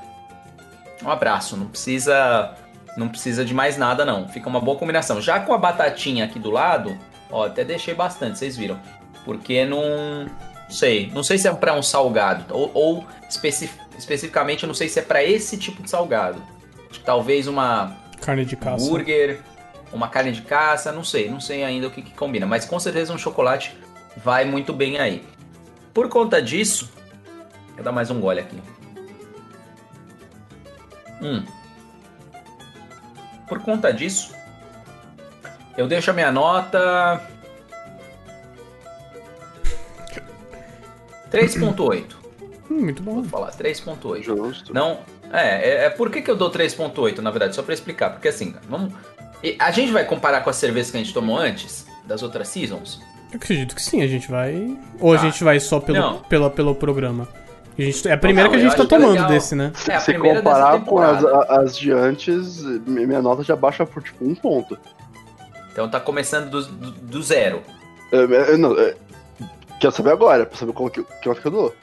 [SPEAKER 3] um abraço. Não precisa, não precisa de mais nada, não. Fica uma boa combinação. Já com a batatinha aqui do lado, ó, até deixei bastante, vocês viram. Porque não. Sei, não sei se é para um salgado, ou, ou especi- especificamente, eu não sei se é para esse tipo de salgado. Acho que Talvez uma
[SPEAKER 2] Carne de caça.
[SPEAKER 3] hambúrguer, uma carne de caça, não sei, não sei ainda o que, que combina, mas com certeza um chocolate vai muito bem aí. Por conta disso, vou dar mais um gole aqui. Hum. Por conta disso, eu deixo a minha nota 3.8.
[SPEAKER 2] Hum, muito bom.
[SPEAKER 3] Vou falar 3.8.
[SPEAKER 4] Justo.
[SPEAKER 3] Não. É, é, é por que, que eu dou 3.8, na verdade, só pra explicar. Porque assim, cara, vamos. e A gente vai comparar com as cervejas que a gente tomou antes, das outras seasons?
[SPEAKER 2] Eu acredito que sim, a gente vai. Ou a
[SPEAKER 3] Tá.
[SPEAKER 2] gente vai só pelo,
[SPEAKER 3] Não.
[SPEAKER 2] pelo, pelo programa. A gente, é a primeira
[SPEAKER 3] não,
[SPEAKER 2] que a
[SPEAKER 3] eu
[SPEAKER 2] gente tá
[SPEAKER 3] acho que é
[SPEAKER 2] tomando
[SPEAKER 3] legal.
[SPEAKER 2] desse, né?
[SPEAKER 3] É, a
[SPEAKER 4] Se
[SPEAKER 3] primeira dessa
[SPEAKER 4] comparar com as,
[SPEAKER 3] temporada.
[SPEAKER 4] as de antes, mi- minha nota já baixa por tipo um ponto.
[SPEAKER 3] Então tá começando do, do- do zero.
[SPEAKER 4] É, é, é, não, é, quero saber agora, pra saber qual que, que nota que é eu dou.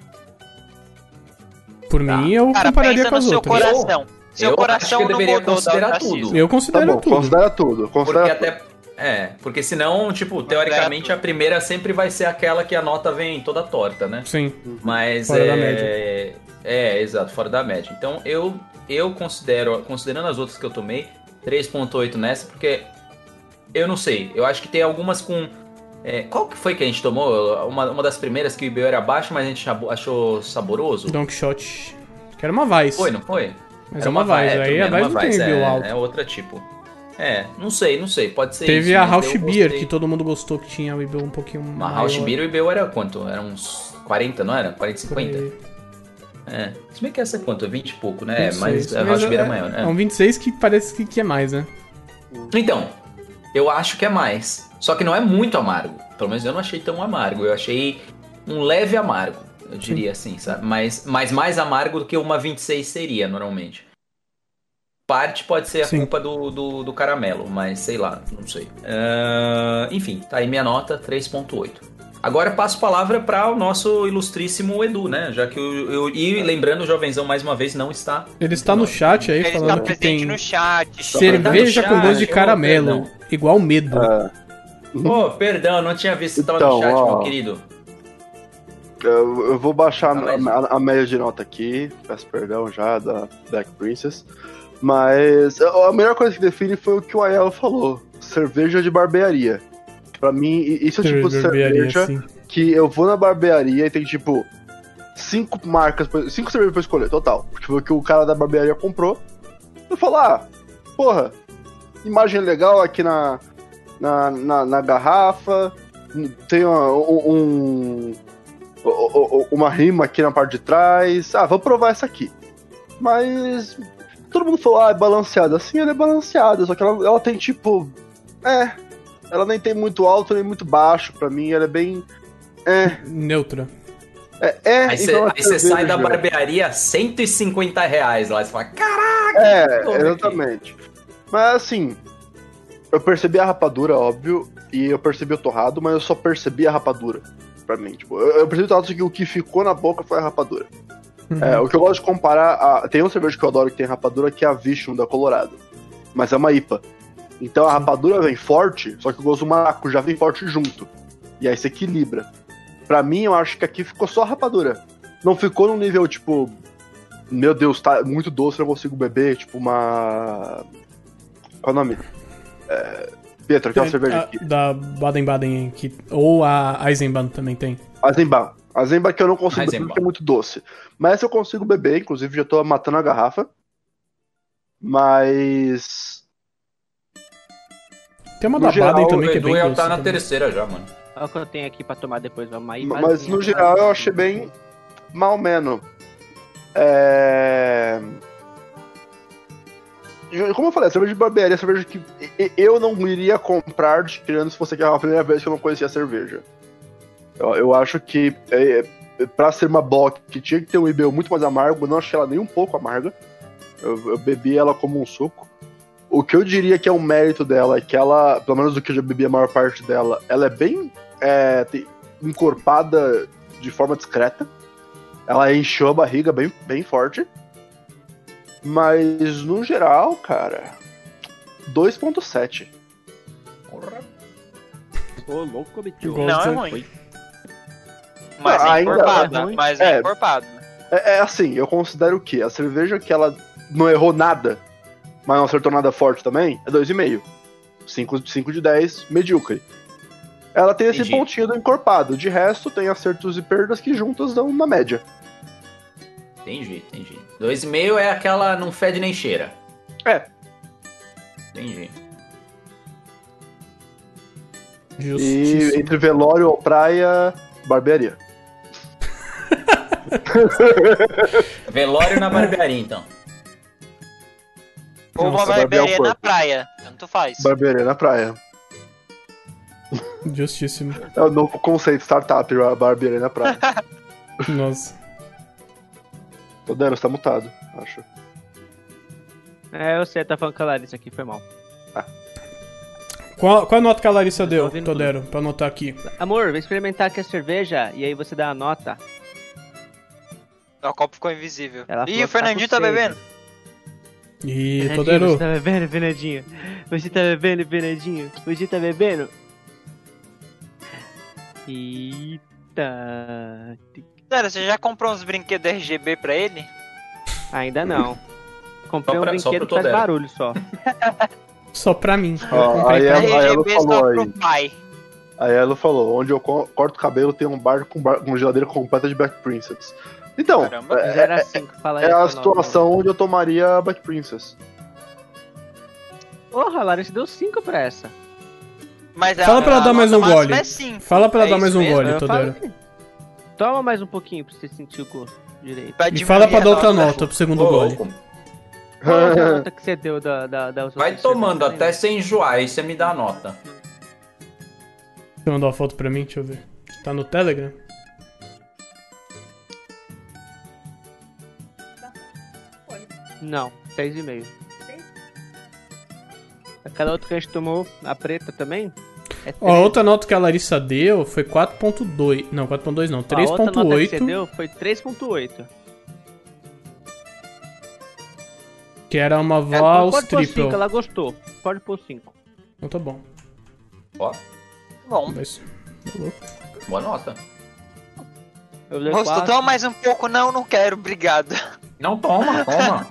[SPEAKER 2] Por
[SPEAKER 3] Tá.
[SPEAKER 2] mim, eu
[SPEAKER 5] Cara,
[SPEAKER 2] compararia
[SPEAKER 5] pensa
[SPEAKER 2] com
[SPEAKER 5] no
[SPEAKER 2] as
[SPEAKER 5] seu
[SPEAKER 2] outras.
[SPEAKER 5] coração. Seu
[SPEAKER 3] eu acho
[SPEAKER 5] coração
[SPEAKER 3] que eu
[SPEAKER 5] não
[SPEAKER 3] deveria
[SPEAKER 5] mudou da
[SPEAKER 3] considerar
[SPEAKER 5] outra
[SPEAKER 3] tudo.
[SPEAKER 5] season.
[SPEAKER 2] Eu
[SPEAKER 4] Tá
[SPEAKER 2] considero
[SPEAKER 4] bom,
[SPEAKER 2] tudo.
[SPEAKER 4] considera tudo.
[SPEAKER 3] Porque
[SPEAKER 4] Considera tudo.
[SPEAKER 3] até. É, porque senão, tipo, teoricamente a primeira sempre vai ser aquela que a nota vem toda torta, né?
[SPEAKER 2] Sim.
[SPEAKER 3] Mas
[SPEAKER 2] Fora
[SPEAKER 3] é...
[SPEAKER 2] da
[SPEAKER 3] É, exato, fora da média. Então eu eu considero, considerando as outras que eu tomei, 3.8 nessa, porque eu não sei, eu acho que tem algumas com é, qual que foi que a gente tomou? Uma, uma das primeiras que o IBU era baixo, mas a gente chabo- achou saboroso?
[SPEAKER 2] Don Quixote. Que era uma Vice.
[SPEAKER 3] Foi, não foi?
[SPEAKER 2] Mas é uma Vice. Aí a
[SPEAKER 3] primeiro,
[SPEAKER 2] Vice não tem
[SPEAKER 3] Weiss,
[SPEAKER 2] bio
[SPEAKER 3] é,
[SPEAKER 2] alto.
[SPEAKER 3] é outra tipo. É, não sei, não sei, pode ser
[SPEAKER 2] Teve
[SPEAKER 3] isso,
[SPEAKER 2] a
[SPEAKER 3] mas
[SPEAKER 2] Rausch
[SPEAKER 3] eu
[SPEAKER 2] Beer,
[SPEAKER 3] gostei.
[SPEAKER 2] que todo mundo gostou que tinha o IBU um pouquinho
[SPEAKER 3] Uma
[SPEAKER 2] maior.
[SPEAKER 3] Rausch Beer e o IBU era quanto? Era uns 40, não era? 40,
[SPEAKER 2] por
[SPEAKER 3] 50?
[SPEAKER 2] aí.
[SPEAKER 3] É. Se bem que essa é quanto? 20 e pouco, né? É,
[SPEAKER 2] 26,
[SPEAKER 3] mas a Rocha Beira é maior,
[SPEAKER 2] É
[SPEAKER 3] né?
[SPEAKER 2] um 26 que parece que, que é mais, né?
[SPEAKER 3] Então, eu acho que é mais. Só que não é muito amargo. Pelo menos eu não achei tão amargo. Eu achei um leve amargo, eu diria assim, sabe? Mas, mas mais amargo do que uma 26 seria, normalmente. Parte pode ser a
[SPEAKER 2] Sim.
[SPEAKER 3] culpa do, do, do caramelo, mas sei lá, não sei. Ah, enfim, tá aí minha nota, 3.8. Agora passo a palavra para o nosso ilustríssimo Edu, né? Já que o. eu- e lembrando, o jovenzão mais uma vez não está.
[SPEAKER 2] Ele está no chat aí
[SPEAKER 5] Ele está
[SPEAKER 2] falando que
[SPEAKER 5] presente
[SPEAKER 2] tem
[SPEAKER 5] no chat.
[SPEAKER 2] cerveja
[SPEAKER 3] Tá no
[SPEAKER 2] com gosto de
[SPEAKER 3] chat,
[SPEAKER 2] caramelo,
[SPEAKER 3] ô,
[SPEAKER 2] igual medo.
[SPEAKER 3] Ah,
[SPEAKER 4] É,
[SPEAKER 3] Ô, perdão, não tinha visto que tava
[SPEAKER 4] Então,
[SPEAKER 3] no chat,
[SPEAKER 4] ó.
[SPEAKER 3] meu querido.
[SPEAKER 4] eu, eu vou baixar
[SPEAKER 3] Tá
[SPEAKER 4] a-
[SPEAKER 3] mesmo.
[SPEAKER 4] a, a média de nota aqui, peço perdão já da Black Princess. Mas é, a a melhor coisa que define foi o que o Aiello falou: cerveja de barbearia. Pra mim, i- isso é tipo de
[SPEAKER 2] Cervejaria, assim.
[SPEAKER 4] cerveja
[SPEAKER 2] sim.
[SPEAKER 4] que eu vou na barbearia e tem tipo cinco marcas, pra- cinco cervejas pra escolher, total. Porque foi o que o cara da barbearia comprou. Eu falo, ah, porra, imagem legal aqui na, na, na, na garrafa, tem uma, um, um- o- o- o- uma rima aqui na parte de trás. Ah, vou provar essa aqui. Mas todo mundo falou, ah, é balanceada. Assim, ela é balanceada, só que ela, ela tem tipo. É. Ela nem tem muito alto nem muito baixo pra mim, ela é bem. É,
[SPEAKER 2] Neutra.
[SPEAKER 4] é, é.
[SPEAKER 3] Aí
[SPEAKER 4] igual né? a
[SPEAKER 3] você
[SPEAKER 4] cerveja.
[SPEAKER 3] sai da barbearia 150 reais lá. Você fala, caraca! que
[SPEAKER 4] É,
[SPEAKER 3] louco
[SPEAKER 4] exatamente. Mas assim, eu percebi a rapadura, óbvio, e eu percebi o torrado, mas eu só percebi a rapadura. Pra mim, tipo, eu, eu percebi o torrado, só que o que ficou na boca foi a rapadura. É,
[SPEAKER 3] Uhum.
[SPEAKER 4] o que eu gosto de comparar, a- tem um cerveja que eu adoro que tem rapadura, que é a Vision da Colorado. Mas é uma IPA. Então a rapadura vem forte, só que o gosto do maracu já vem forte junto. E aí se equilibra. Pra mim, eu acho que aqui ficou só a rapadura. Não ficou num nível, tipo, meu Deus, tá muito doce, eu não consigo beber, tipo uma... Qual é o nome? É, Pietro, aquela cerveja
[SPEAKER 2] A-
[SPEAKER 4] aqui.
[SPEAKER 2] Ah, da Baden-Baden, que- ou a Eisenbahn também tem.
[SPEAKER 4] Azemba. Azemba que eu não consigo beber
[SPEAKER 3] Eisenbahn.
[SPEAKER 4] porque é muito doce. Mas essa eu consigo beber, inclusive já tô matando a garrafa. Mas.
[SPEAKER 2] Tem uma
[SPEAKER 4] No
[SPEAKER 2] da
[SPEAKER 4] geral,
[SPEAKER 2] Baden
[SPEAKER 4] o
[SPEAKER 2] também,
[SPEAKER 3] O
[SPEAKER 2] que é bem
[SPEAKER 3] Edu já
[SPEAKER 2] doce.
[SPEAKER 3] tá na
[SPEAKER 2] também.
[SPEAKER 3] terceira já, mano.
[SPEAKER 1] Olha o que eu tenho aqui pra tomar depois, vamos aí. assim,
[SPEAKER 4] Mas no geral eu achei bem. Mal menos. É. Eu- Como eu falei, a cerveja de barbearia é cerveja que e- e- eu não iria comprar, tirando se fosse aquela primeira vez que eu não conhecia a cerveja. Eu, eu acho que, é, é, pra ser uma bock que tinha que ter um IBU muito mais amargo, eu não achei ela nem um pouco amarga. Eu, eu bebi ela como um suco. O que eu diria que é um mérito dela é que ela, pelo menos do que eu já bebi a maior parte dela, ela é bem é, te- encorpada de forma discreta. Ela encheu a barriga bem, bem forte. Mas, no geral, cara, 2.7.
[SPEAKER 1] Ô, louco, bicho.
[SPEAKER 2] Igual
[SPEAKER 5] Não, é
[SPEAKER 2] dizer-
[SPEAKER 5] ruim. Mas
[SPEAKER 4] Não,
[SPEAKER 5] é
[SPEAKER 4] ainda
[SPEAKER 5] encorpada,
[SPEAKER 1] é ruim.
[SPEAKER 5] mas
[SPEAKER 4] É.
[SPEAKER 5] é encorpada.
[SPEAKER 4] É, é assim, eu considero que a cerveja que ela não errou nada, mas não acertou nada forte também, é 2,5. 5, 5 de 10, medíocre. Ela tem esse
[SPEAKER 3] Entendi.
[SPEAKER 4] pontinho do encorpado. De resto, tem acertos e perdas que juntas dão uma média.
[SPEAKER 3] Entendi, entendi. 2,5 é aquela não fede nem cheira.
[SPEAKER 4] É.
[SPEAKER 3] Entendi.
[SPEAKER 4] E
[SPEAKER 2] Justíssimo.
[SPEAKER 4] entre velório ou praia, barbearia.
[SPEAKER 3] Velório na barbearia, então.
[SPEAKER 5] Ou uma
[SPEAKER 4] Nossa, Gabriel
[SPEAKER 5] barbearia
[SPEAKER 4] foi.
[SPEAKER 5] na praia. Tanto faz.
[SPEAKER 4] Barbearia na praia.
[SPEAKER 2] Justíssimo.
[SPEAKER 4] É o novo conceito startup, a barbearia na praia.
[SPEAKER 2] Nossa.
[SPEAKER 4] Tô dando, você tá mutado, acho.
[SPEAKER 1] É, eu sei, tá falando calado isso aqui, foi mal.
[SPEAKER 2] Qual, qual a nota que a Larissa
[SPEAKER 1] Eu tô
[SPEAKER 2] deu,
[SPEAKER 1] ouvindo
[SPEAKER 2] Todero? Pra anotar aqui.
[SPEAKER 1] Amor, vem experimentar aqui a cerveja e aí você dá a nota.
[SPEAKER 5] O copo ficou invisível.
[SPEAKER 1] Ela falou
[SPEAKER 5] Ih,
[SPEAKER 1] que
[SPEAKER 5] o Fernandinho tá,
[SPEAKER 1] tá com sede.
[SPEAKER 5] bebendo.
[SPEAKER 2] Ih,
[SPEAKER 1] Fernandinho,
[SPEAKER 2] Todero.
[SPEAKER 1] Você tá bebendo, Fernandinho? Você tá bebendo, Fernandinho? Você tá bebendo? Eita.
[SPEAKER 5] Cara, você já comprou uns brinquedos RGB pra ele?
[SPEAKER 1] Ainda não. Comprei
[SPEAKER 3] Hum. Só pra-
[SPEAKER 1] um
[SPEAKER 3] só
[SPEAKER 1] brinquedo
[SPEAKER 3] pro
[SPEAKER 1] que faz
[SPEAKER 3] Todero.
[SPEAKER 1] barulho só.
[SPEAKER 2] Só pra mim. Eu
[SPEAKER 4] Ó,
[SPEAKER 2] comprei
[SPEAKER 4] aí
[SPEAKER 2] pra
[SPEAKER 4] É,
[SPEAKER 2] mim.
[SPEAKER 4] a Elo
[SPEAKER 5] RGB só
[SPEAKER 4] falou aí.
[SPEAKER 5] pro pai.
[SPEAKER 4] Aí ela falou, onde eu co- corto o cabelo tem um bar com, bar com geladeira completa de Black Princess. Então,
[SPEAKER 5] Caramba.
[SPEAKER 4] é-
[SPEAKER 1] Zero a cinco, fala aí
[SPEAKER 4] é a
[SPEAKER 1] essa nota,
[SPEAKER 4] situação onde eu tomaria a Black Princess.
[SPEAKER 1] amor. Porra, Larissa deu 5 pra essa.
[SPEAKER 5] Mas
[SPEAKER 2] Fala
[SPEAKER 5] a-
[SPEAKER 2] pra ela
[SPEAKER 5] a
[SPEAKER 2] dar mais
[SPEAKER 5] nota
[SPEAKER 2] um
[SPEAKER 5] máxima
[SPEAKER 2] gole.
[SPEAKER 5] É sim.
[SPEAKER 2] Fala pra ela
[SPEAKER 5] É
[SPEAKER 2] dar
[SPEAKER 5] isso
[SPEAKER 2] mais um
[SPEAKER 5] mesmo,
[SPEAKER 2] gole,
[SPEAKER 1] Eu
[SPEAKER 2] Todero.
[SPEAKER 1] falei. Toma mais um pouquinho pra você sentir o gosto direito.
[SPEAKER 4] um-
[SPEAKER 2] E fala pra dar outra nota pro segundo
[SPEAKER 3] Ô,
[SPEAKER 2] gole.
[SPEAKER 3] louco,
[SPEAKER 1] Qual é a nota que você deu da, da, da outra
[SPEAKER 3] Vai
[SPEAKER 2] é
[SPEAKER 1] cerveja?
[SPEAKER 3] tomando até você enjoar, aí você me dá a nota.
[SPEAKER 2] Você mandou a foto pra mim? Deixa eu ver. Tá no Telegram?
[SPEAKER 1] Não, 6,5. Aquela outra que a gente tomou, a preta também? É
[SPEAKER 2] Ó, a outra nota que a Larissa deu foi 4.2. Não, 4.2 não,
[SPEAKER 1] três. A outra nota que você
[SPEAKER 2] 3.8,
[SPEAKER 1] deu foi 3.8.
[SPEAKER 2] que era uma
[SPEAKER 1] É,
[SPEAKER 2] Vals
[SPEAKER 1] pode pôr 5,
[SPEAKER 2] Triple.
[SPEAKER 1] ela gostou. Pode pôr 5.
[SPEAKER 2] Então tá bom.
[SPEAKER 3] Ó,
[SPEAKER 5] Bom,
[SPEAKER 2] Mas... tá louco.
[SPEAKER 3] boa nota.
[SPEAKER 1] Eu dei
[SPEAKER 5] gostou?
[SPEAKER 1] quatro.
[SPEAKER 5] Toma mais um pouco. Não, não quero. Obrigado.
[SPEAKER 3] Não, toma, toma.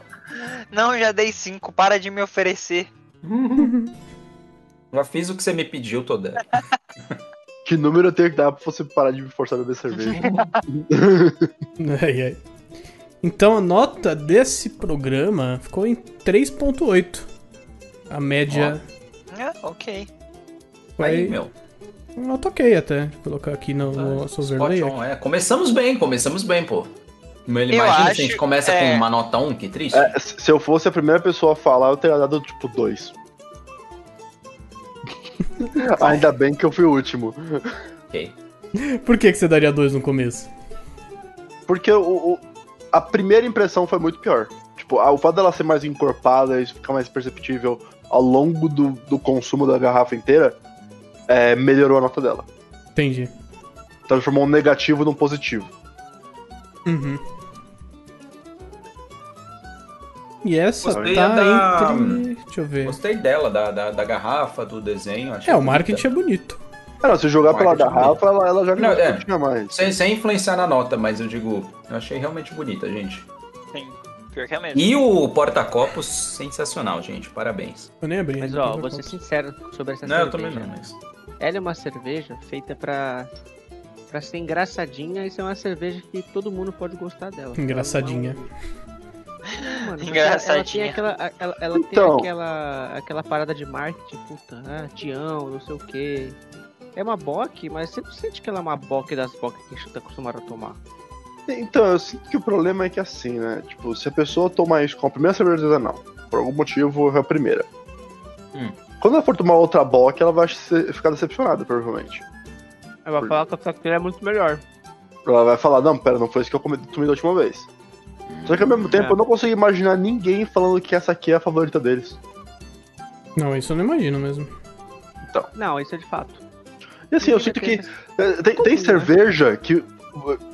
[SPEAKER 5] Não, já dei cinco. Para de me oferecer.
[SPEAKER 3] Já fiz o que você me pediu, Todero.
[SPEAKER 4] Que número eu tenho que dar pra você parar de me forçar a beber cerveja?
[SPEAKER 2] Ai, ai. Então a nota desse programa ficou em 3.8. A média
[SPEAKER 5] Ah, ok.
[SPEAKER 2] foi
[SPEAKER 3] Aí, meu.
[SPEAKER 2] uma nota ok até. Vou colocar aqui no,
[SPEAKER 1] Tá,
[SPEAKER 2] no
[SPEAKER 3] Spot
[SPEAKER 2] overlay.
[SPEAKER 3] on, é. Começamos bem, começamos bem, pô. Meu,
[SPEAKER 5] Eu
[SPEAKER 3] Imagina
[SPEAKER 5] acho-
[SPEAKER 3] se a gente começa
[SPEAKER 5] é.
[SPEAKER 3] com uma nota 1, que triste.
[SPEAKER 4] É, se se eu fosse a primeira pessoa a falar, eu teria dado tipo dois. Ainda bem que eu fui o último.
[SPEAKER 3] Ok.
[SPEAKER 2] Por que, que você daria 2 no começo?
[SPEAKER 4] Porque o, o- a primeira impressão foi muito pior. Tipo, a- o fato dela ser mais encorpada, isso ficar mais perceptível ao longo do, do consumo da garrafa inteira, é, melhorou a nota dela.
[SPEAKER 2] Entendi.
[SPEAKER 4] Transformou um negativo num positivo.
[SPEAKER 2] Uhum. E essa
[SPEAKER 3] Gostei
[SPEAKER 2] tá
[SPEAKER 3] da-
[SPEAKER 2] entre. Deixa eu ver.
[SPEAKER 3] Gostei dela, da, da, da garrafa, do desenho. achei
[SPEAKER 2] É, o
[SPEAKER 3] bonita.
[SPEAKER 2] marketing é bonito.
[SPEAKER 4] Cara, se jogar pela
[SPEAKER 3] Marketing
[SPEAKER 4] garrafa, ela, ela já não,
[SPEAKER 3] Não, é.
[SPEAKER 4] tinha mais.
[SPEAKER 3] Sem, sem influenciar na nota, mas eu digo, eu achei realmente bonita, gente.
[SPEAKER 5] Sim. Pior que é mesmo.
[SPEAKER 3] E o porta-copos, sensacional, gente. Parabéns.
[SPEAKER 2] Eu nem abri.
[SPEAKER 1] Mas
[SPEAKER 2] ainda,
[SPEAKER 1] ó,
[SPEAKER 2] não
[SPEAKER 1] vou
[SPEAKER 2] dá
[SPEAKER 1] ser
[SPEAKER 2] conta.
[SPEAKER 1] sincero sobre essa
[SPEAKER 3] Não, eu também
[SPEAKER 1] cerveja.
[SPEAKER 3] não, mas.
[SPEAKER 1] Ela é uma cerveja feita pra, pra ser engraçadinha e ser uma cerveja que todo mundo pode gostar dela.
[SPEAKER 2] Engraçadinha.
[SPEAKER 1] Ela é uma- Não, mano, mas
[SPEAKER 5] Engraçadinha.
[SPEAKER 1] Ela, ela tem, aquela, ela, ela
[SPEAKER 4] Então.
[SPEAKER 1] tem aquela, aquela parada de marketing, puta, ah, Tião, não sei o que. É uma bock, mas você não sente que ela é uma bock das bock que a gente tá acostumado a tomar.
[SPEAKER 4] Então, eu sinto que o problema é que assim, né? Tipo, se a pessoa tomar isso com a primeira cerveja artesanal, por algum motivo é a primeira.
[SPEAKER 3] Hum.
[SPEAKER 4] Quando ela for tomar outra bock, ela vai ser- ficar decepcionada, provavelmente.
[SPEAKER 1] Ela vai
[SPEAKER 4] Por-
[SPEAKER 1] falar que a coqueira é muito melhor.
[SPEAKER 4] Ela vai falar, não, pera, não foi isso que eu comi, tomei da última vez. Só que ao mesmo tempo,
[SPEAKER 1] É.
[SPEAKER 4] eu não consigo imaginar ninguém falando que essa aqui é a favorita deles.
[SPEAKER 2] Não, isso eu não imagino mesmo.
[SPEAKER 1] Não, isso é de fato.
[SPEAKER 4] E assim, eu sinto que É, Tem, tem
[SPEAKER 1] Comum, né?
[SPEAKER 4] cerveja que uh,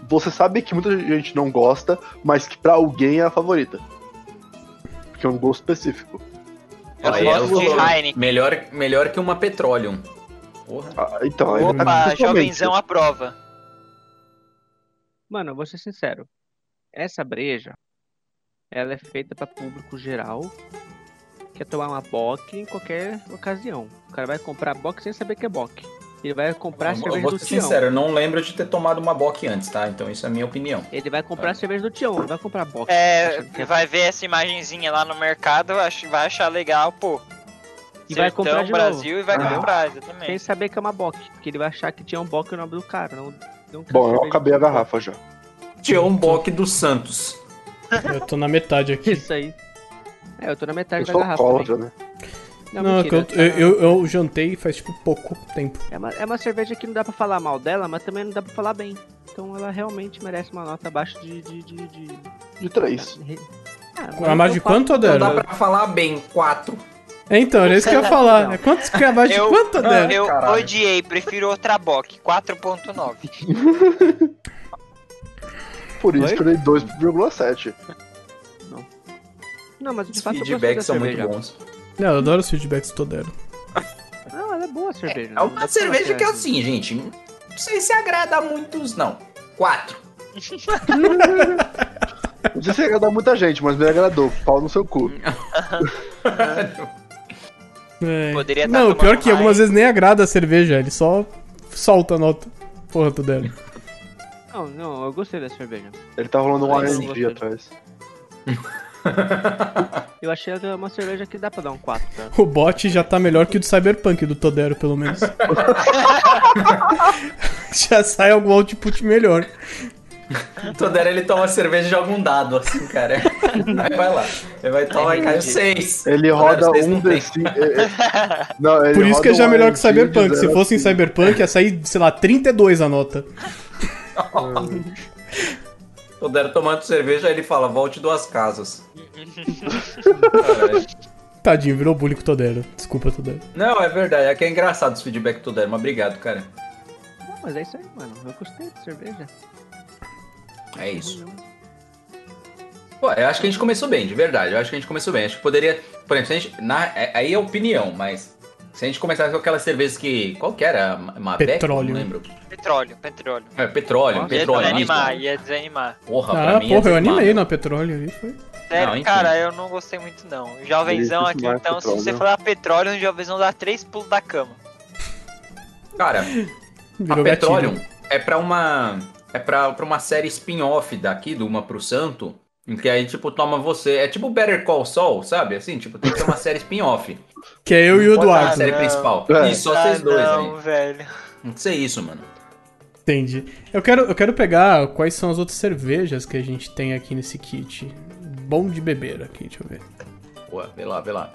[SPEAKER 4] você sabe que muita gente não gosta, mas que pra alguém é a favorita. Porque é um gosto específico.
[SPEAKER 5] Eu
[SPEAKER 3] Aí é ela
[SPEAKER 5] gosto de
[SPEAKER 3] falou,
[SPEAKER 5] Heineken.
[SPEAKER 3] melhor, melhor que uma Petroleum. Porra.
[SPEAKER 4] Ah, então, aí-
[SPEAKER 5] Opa,
[SPEAKER 4] principalmente,
[SPEAKER 5] jovenzão à prova.
[SPEAKER 1] Mano, eu vou ser sincero. Essa breja, ela é feita pra público geral que quer tomar uma bock em qualquer ocasião. O cara vai comprar bock sem saber que é bock. Ele vai comprar a
[SPEAKER 3] Eu, eu
[SPEAKER 1] cerveja
[SPEAKER 3] vou
[SPEAKER 1] do
[SPEAKER 3] ser
[SPEAKER 1] Tião.
[SPEAKER 3] sincero, eu não lembro de ter tomado uma bock antes, tá? Então isso é a minha opinião.
[SPEAKER 1] Ele vai
[SPEAKER 4] É.
[SPEAKER 1] comprar a cerveja do Tião, não vai comprar bock.
[SPEAKER 5] É,
[SPEAKER 1] achando que é-
[SPEAKER 5] vai ver essa imagenzinha lá no mercado, ach- vai achar legal, pô.
[SPEAKER 1] E vai comprar de novo.
[SPEAKER 5] então Brasil né? e vai
[SPEAKER 1] Aham.
[SPEAKER 5] comprar,
[SPEAKER 1] sem
[SPEAKER 5] exatamente.
[SPEAKER 1] saber que é uma bock. Porque ele vai achar que Tião Bock é o nome do cara. Não, não que
[SPEAKER 4] Bom, eu
[SPEAKER 1] cerveja
[SPEAKER 4] acabei a
[SPEAKER 5] né?
[SPEAKER 1] do Tião
[SPEAKER 4] garrafa já.
[SPEAKER 3] Tinha um bock do Santos.
[SPEAKER 2] Eu tô na metade
[SPEAKER 1] Bock.
[SPEAKER 2] aqui.
[SPEAKER 1] Isso aí. É, eu tô na metade
[SPEAKER 4] Eu
[SPEAKER 1] da
[SPEAKER 4] sou
[SPEAKER 1] garrafa. também.
[SPEAKER 4] alcoólatra, né?
[SPEAKER 1] Não,
[SPEAKER 2] Não, é que
[SPEAKER 1] mentira,
[SPEAKER 2] eu, eu, eu, eu jantei faz tipo pouco tempo.
[SPEAKER 1] É uma, é uma cerveja que não dá pra falar mal dela, mas também não dá pra falar bem. Então ela realmente merece uma nota abaixo de. de, de, de...
[SPEAKER 4] De três.
[SPEAKER 1] Ah,
[SPEAKER 2] A mais de
[SPEAKER 1] eu falo-
[SPEAKER 2] quanto,
[SPEAKER 3] Não dá
[SPEAKER 2] Adero?
[SPEAKER 3] pra falar bem, quatro.
[SPEAKER 2] É, então, era isso que eu ia falar. É quantos que é abaixo de
[SPEAKER 5] Eu-
[SPEAKER 2] quanto, Adero?
[SPEAKER 5] Eu
[SPEAKER 3] Caralho.
[SPEAKER 5] odiei, prefiro outra Bock, 4.9.
[SPEAKER 4] Por isso
[SPEAKER 1] Oi?
[SPEAKER 4] que eu dei 2,7.
[SPEAKER 1] Não, mas de
[SPEAKER 3] Os
[SPEAKER 1] fato eu gostei da
[SPEAKER 3] feedbacks são
[SPEAKER 1] cerveja.
[SPEAKER 3] muito bons.
[SPEAKER 2] Não, eu adoro os feedbacks do Adero.
[SPEAKER 1] Não, ela é boa a cerveja.
[SPEAKER 3] É uma cerveja que é assim, gente. Não sei se agrada a muitos, não. Quatro.
[SPEAKER 4] Não sei se agradou muita gente, mas me agradou. Pau no seu cu.
[SPEAKER 1] Hum.
[SPEAKER 2] É.
[SPEAKER 5] Poderia tá
[SPEAKER 2] Não, pior
[SPEAKER 5] tomando
[SPEAKER 2] que algumas
[SPEAKER 5] mais.
[SPEAKER 2] vezes nem agrada a cerveja, ele só solta a nota. Porra, do Adero.
[SPEAKER 1] Não, não, eu gostei da cerveja.
[SPEAKER 4] Ele tá rolando um
[SPEAKER 1] Ai, sim.
[SPEAKER 4] RNG atrás.
[SPEAKER 1] Eu achei ela uma cerveja que dá pra dar um 4, tá?
[SPEAKER 2] O bot já tá melhor que o do Cyberpunk do Todero, pelo menos. já sai algum output melhor.
[SPEAKER 3] Todera ele toma cerveja de algum dado, assim, cara. Aí vai lá. Ele vai tomar e cai o seis.
[SPEAKER 4] Ele
[SPEAKER 3] Todero,
[SPEAKER 4] roda
[SPEAKER 3] vocês
[SPEAKER 4] um
[SPEAKER 3] não têm.
[SPEAKER 4] desse. é, é. Não, ele
[SPEAKER 2] Por isso que
[SPEAKER 4] roda
[SPEAKER 2] já é
[SPEAKER 4] um
[SPEAKER 2] melhor que o
[SPEAKER 4] RNG de
[SPEAKER 2] Cyberpunk. Se
[SPEAKER 4] zero a
[SPEAKER 2] fosse em
[SPEAKER 4] cinco.
[SPEAKER 2] Cyberpunk, ia sair, sei lá, 32 a nota.
[SPEAKER 3] Todera tomando cerveja, aí ele fala, volte duas casas. Caralho.
[SPEAKER 2] Tadinho, virou bullying com o Todero. Desculpa, Todero.
[SPEAKER 3] não, é verdade. É que é engraçado os feedback do Todera, mas obrigado, cara.
[SPEAKER 1] Não, mas é isso aí, mano. Eu gostei da cerveja.
[SPEAKER 3] É isso.
[SPEAKER 1] Ruim não.
[SPEAKER 3] Pô, eu acho que a gente começou bem, de verdade. Eu acho que a gente começou bem. Acho que poderia. Por exemplo, se a gente. na- é- aí é opinião, mas. Se a gente começar com aquelas cervejas que. Qual que era? Mavec?
[SPEAKER 2] Petróleo.
[SPEAKER 3] Não lembro.
[SPEAKER 5] Petróleo, petróleo.
[SPEAKER 3] É, petróleo,
[SPEAKER 1] Nossa,
[SPEAKER 5] Ia
[SPEAKER 3] petróleo. é
[SPEAKER 5] desanimar,
[SPEAKER 3] isso. né?
[SPEAKER 5] ia desanimar.
[SPEAKER 3] Porra, pra
[SPEAKER 2] Ah,
[SPEAKER 3] mim. é
[SPEAKER 2] porra, eu
[SPEAKER 3] desanimar.
[SPEAKER 2] animei na petróleo ali. Foi.
[SPEAKER 5] Sério,
[SPEAKER 3] Não, enfim.
[SPEAKER 5] cara, eu não gostei muito não. Jovenzão
[SPEAKER 4] Isso,
[SPEAKER 5] aqui,
[SPEAKER 4] mais
[SPEAKER 5] então, se
[SPEAKER 4] petróleo.
[SPEAKER 5] você falar petróleo, o jovenzão dá três pulos da cama.
[SPEAKER 3] Cara,
[SPEAKER 2] Virou
[SPEAKER 3] a Petroleum
[SPEAKER 2] gatilho.
[SPEAKER 3] é pra uma. É pra, pra uma série spin-off daqui, do Uma pro Santo. Em que aí, tipo, toma você. É tipo Better Call Saul, sabe? Assim, tipo, tem que ser uma série spin-off.
[SPEAKER 2] Que é eu e o
[SPEAKER 3] Pode ser A
[SPEAKER 2] Eduardo.
[SPEAKER 3] série
[SPEAKER 5] Ah, não.
[SPEAKER 3] principal.
[SPEAKER 4] É.
[SPEAKER 3] E só vocês
[SPEAKER 5] ah,
[SPEAKER 3] dois
[SPEAKER 5] não,
[SPEAKER 3] aí.
[SPEAKER 5] velho.
[SPEAKER 3] Não sei isso, mano.
[SPEAKER 2] Entendi. Eu quero, eu quero pegar quais são as outras cervejas que a gente tem aqui nesse kit. Bom de beber aqui, deixa eu ver.
[SPEAKER 3] Pô, vê lá, vê lá.